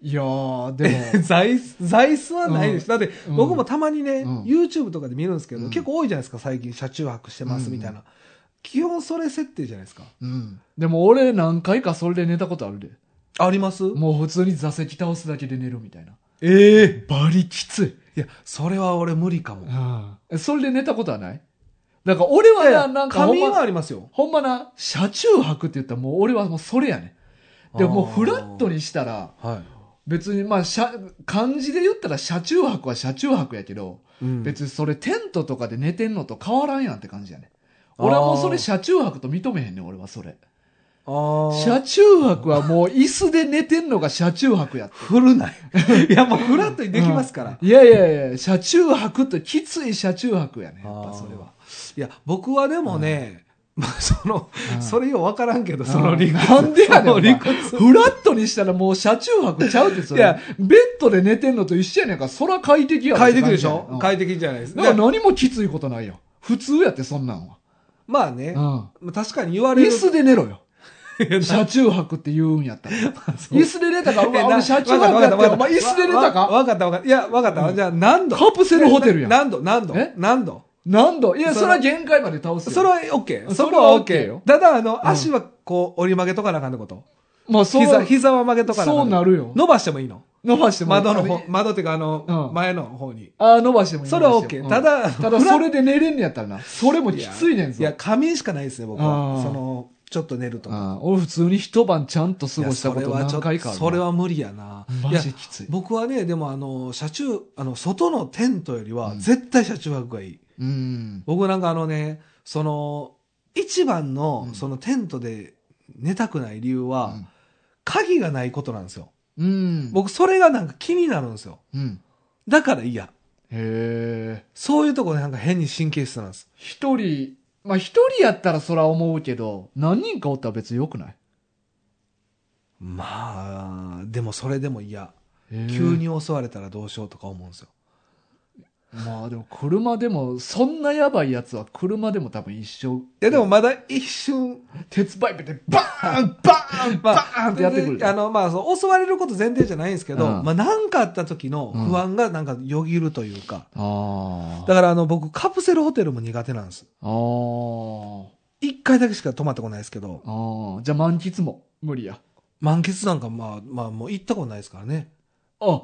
いやー、で
[LAUGHS]
も、
座椅子、座椅子はないです。だって、
うん
僕もたまにね、
うん
YouTube とかで見るんですけど、
うん
結構多いじゃないですか、最近車中泊してますみたいな。基本それ設定じゃないですか。
[LAUGHS] うん。でも俺何回かそれで寝たことあるで。
あります
もう普通に座席倒すだけで寝るみたいな。
ええ
バリきつい。
いや、それは俺無理かも。
えそれで寝たことはないなんか俺はな、なんかほん
仮眠は
ま、
ありますよ。
ほんまな、車中泊って言ったらもう俺はもうそれやねん。でもうフラット
に。
にしたら、
は
別にまあ、車漢字で言ったら車中泊は車中泊やけど、
い。うん
別にそれテントとかで寝てんのと変わらんやんって感じやね俺はもうそれ車中泊と認めへんねん俺はそれ
あー
車中泊はもう椅子で寝てんのが車中泊やって
振るなよ。 [LAUGHS] いや、もうフラットにできますから。
いやいやいや車中泊ってきつい車中泊やねやっぱそれはい
や、僕はでもね、 [LAUGHS] まあ、その、
うん
それよう分からんけど、その理
[LAUGHS]
屈。
なんでやねん
その
お前
理屈。
フラットにしたらもう車中泊ちゃうってそれ
いや
ベッドで寝てんのと一緒やねんからそら快適やわ
快適でしょ、
って感
快適じゃないです
じやねんうんだか
ね
ら何もきついことないよ普通やってそんなんは、
まあね、
う
確かに言わ
ん、
れ
椅
る。
子で寝ろよ
いやな
車中泊って言うんやったら
そう
椅子で寝た
[LAUGHS]
か、お前、
え
お
な
前車中
わ
泊
か
や
っ
ったた
わ
よ。お前、椅子で寝た
わ
か
わかったわかった。いや、わかった。じゃあ、何度
カプセルホテルやん。
何度何度
え
何度
何度いや、そ
それ
れは限界まで倒すよ。
それは OK。そ
そ
こ
れ
は
は
OK
OK
よ
よ。
ただ、あの、
ん
足はこう、折り曲げとかなあかんってこと
まあ、そう、
膝、膝は曲げとかなあか
そう
んってこと
なるよ。
伸ばしてもいいの
伸ばしても
窓の方
あ、
窓っていうか、あの、
うん
前の方に。
あー、伸ばしてもいい
それは
伸ばして
OK。
も
ただ、
うんただ、それで寝れんねやったらな。それもきついねんぞ。
いや、仮眠しかないですね、僕
あ
は。
ー
その、ちょっと寝るとか。
あー俺、普通に一晩ちゃんと過ごしたこ
い
と
やそ
何
れは
回
ちょ
か
っ
あ
と
る。
それ、は無理やな。い
マ
や
ジきつい。
僕はね、でもあの、車中、あの、外のテントよりは、絶対車中泊がいい。
うん。
僕なんかあのね、その、一番の
う、ん
そのテントで寝たくない理由
う
は、
ん
鍵がないことなんですよ。
うん。
僕、それがなんか気になるんですよ。
うん。
だから嫌。
へえ。
そういうとこでなんか変に神経質なんです。
一人、まあ、一人やったらそら思うけど、何人かおったら別に良くない
まあ、でもそれでも嫌。
へー
急に襲われたらどうしようとか思うんですよ。
まあでも車でも、そんなやばいやつは車でも多分一生。
いや、でもまだ一瞬、
鉄パイプでバーンバーン
まあ
バーンってやってくる。
であの、まあ、そう襲われること前提じゃないんですけど、
うん
まあ、なんかあった時の不安がなんかよぎるというか。
あ
だから、あの、僕、カプセルホテルも苦手なんです。
あ。あ
一回だけしか泊まったことないですけど、
あ。じゃあ満喫も無理や。
満喫なんか、まあ、まあ、もう行ったことないですからね。
あ、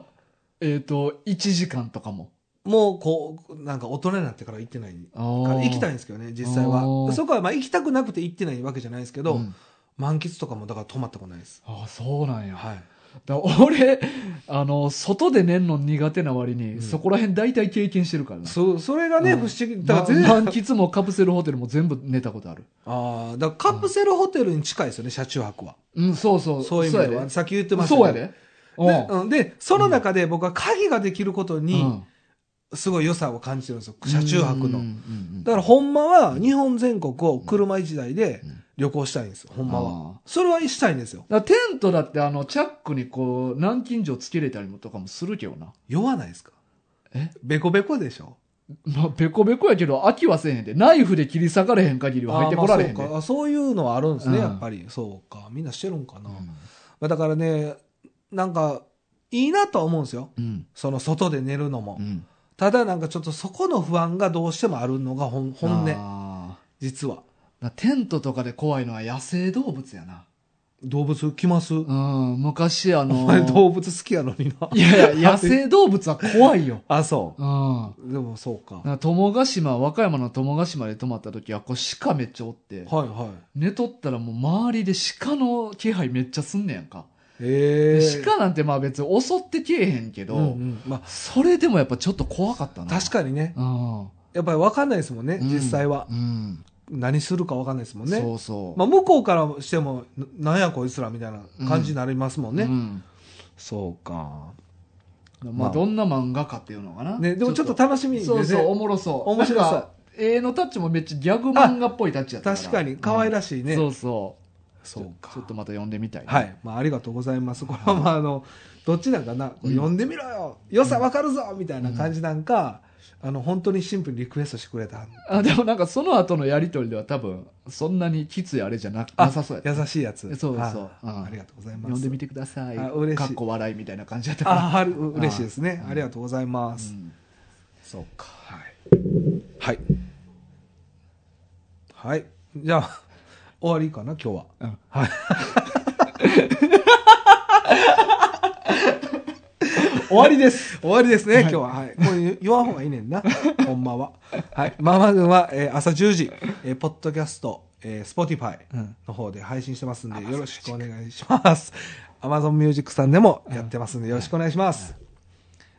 えっ、と、1時間とかも。
もう、こう、なんか大人になってから行ってない。
ああ。
行きたいんですけどね、実際は
あー。
そこは、まあ、行きたくなくて行ってないわけじゃないですけど、
うん
満喫とかも、だから泊まったことないです。
ああ、そうなんや。
はい。
だ俺、あの、外で寝んの苦手な割に、
うん
そこら辺大体経験してるからな。
そ、それがね、
うん
不思議。だ
だ
から全
満
然、
喫もカプセルホテルも全部寝たことある。
ああ、だからカプセルホテルに近いですよね、車中泊は。
うん、そうそう。
そういう意味で
や
は。
で
さっき言ってました
そうや
ね。
で。
で
う
うんで、その中で僕は鍵ができること
ん。うん
に、すごい良さを感じてるんですよ。車中泊の。だ
か
からほんまは日本全国を車1台で
うん
旅行したいんですよ、ほんま
あ
は。それはしたいんですよ。
らテントだってあのチャックにこう南京錠つけれたりもとかもするけどな、
酔わないですか
え
ベコベコでしょ
まあ、ペコペコやけど飽きはせえへんでナイフで切り裂かれへん限りは入ってこられへん
あーまあ
で
そうかあそういうのはあるんですね、
うん
やっぱり。そうか。みんなしてるんかな。
うん
まあだからね、なんか、いいなとは思うんですよ。
うん
その外で寝るのも。
うん
ただなんかちょっとそこの不安がどうしてもあるのが本本音、
あ
実
ー
は。
だからテントとかで怖いのは野生動物やな
動物来ます、
うん、昔あ
お
の
前動物好きやのにな。
いやいや、野生動物は怖いよ。
あ、そ
うん。
う。でもそうか。は
なんか友ヶ島、和歌山の友ヶ島で泊まった時は、こう鹿めっちゃおって、
いはい。
寝とったらもう周りで鹿の気配めっちゃすんねやんか。
ええ。
鹿なんてまあ別に襲ってけえへんけど、
うんうんま
それでもやっぱちょっと怖かった
あ、
な。
確かにね。
うん。
やっぱり分かんないですもんね、
うん
実際は。
うん。
何するか分かんないですもんね。
そうそう。
まあ、向こうからしても、ななんやこいつらみたいな感じになりますもんね。
うん
そうか。ま
ま
あ
あどんな漫画かっていうのかな。
ね、でもちょっと楽しみです
そう
ね。
そう、おもろそう。
面白そう
なんか。絵のタッチもめっちゃギャグ漫画っぽいタッチやったから。
確かに、可愛
ら
らしいね。
そうそう。
そうか。
ちょっとまた読んでみたいね。
はい。まあ、ありがとうございます。これは、まあ、あの、どっちなんかな、こう読んでみろよ、良さわかるぞみたいな感じなんか、あの、本当にシンプルにリクエストしてくれた。
あでもなんかその後のやりとりでは多分そんなにきついあれじゃななさそうやった
優しいやつ。
そうそう
はい
うん
ありがとうございます。
読んでみてください
あ嬉しい
かっこ笑いみたいな感じだったから
ああ、う嬉しいですね。
うん
ありがとうございま
う
す。
んそうか
はい。はい。はい。じゃあ、 [LAUGHS] 終わりかな、今日
う
は。
ん
はい。 [LAUGHS]
終わりです
終わりですね、今日は。はい。もう言言わん方がいいねん [LAUGHS] な。ほんまは。はい。ママ軍は、えー朝10時、えーポッドキャスト、えー、Spotify
うん
の方で配信してますんで、よろしくお願いします。Amazon Music さんでもやってますんで、よろしくお願いします。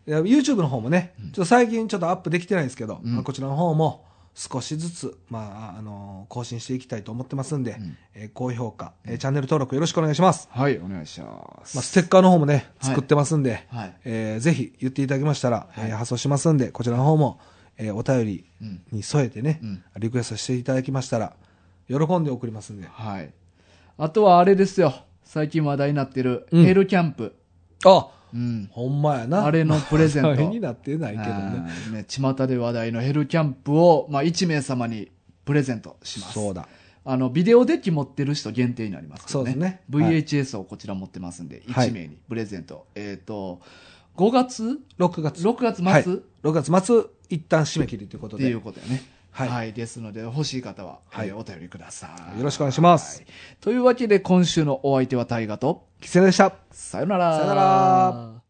いや YouTube の方もね、ちょっと最近ちょっとアップできてないんですけど、
うん
まあこちらの方も少しずつ、まあ、あのー更新していきたいと思ってますんで、
ん
えー高評価、えーチャンネル登録よろしくお願いします。
はいお願いします
まあ、ステッカーの方もね、
はい
作ってますんで、
はい
えーぜひ言っていただきましたら、
はい
えー発送しますんで、こちらの方も、えーお便り
うん
に添えてね、
うん
リクエストしていただきましたら、喜んで送りますんで。
はいあとはあれですよ最近話題になってる
うん
ヘルキャンプ
あ
うん
ほんまやな。
あれのプレゼント
[LAUGHS] あれになってないけどね。
ね巷で話題のヘルキャンプをまあ1名様にプレゼントします
そうだ。
あの、ビデオデッキ持ってる人限定になりますけどね。
そうですねはい
VHS をこちら持ってますんで、
はい
1名にプレゼント。えっ、と、5月
6月。
?6 月末、
はい
っ
6月末、一旦締め切りということ
てい
で
う。ことやね。
は
はいい、ですので、欲しい方は、
はい
えーお便りください。
よろしくお願いします
はい。というわけで、今週のお相手は大河と、
キセでした。
さよなら。
さよなら。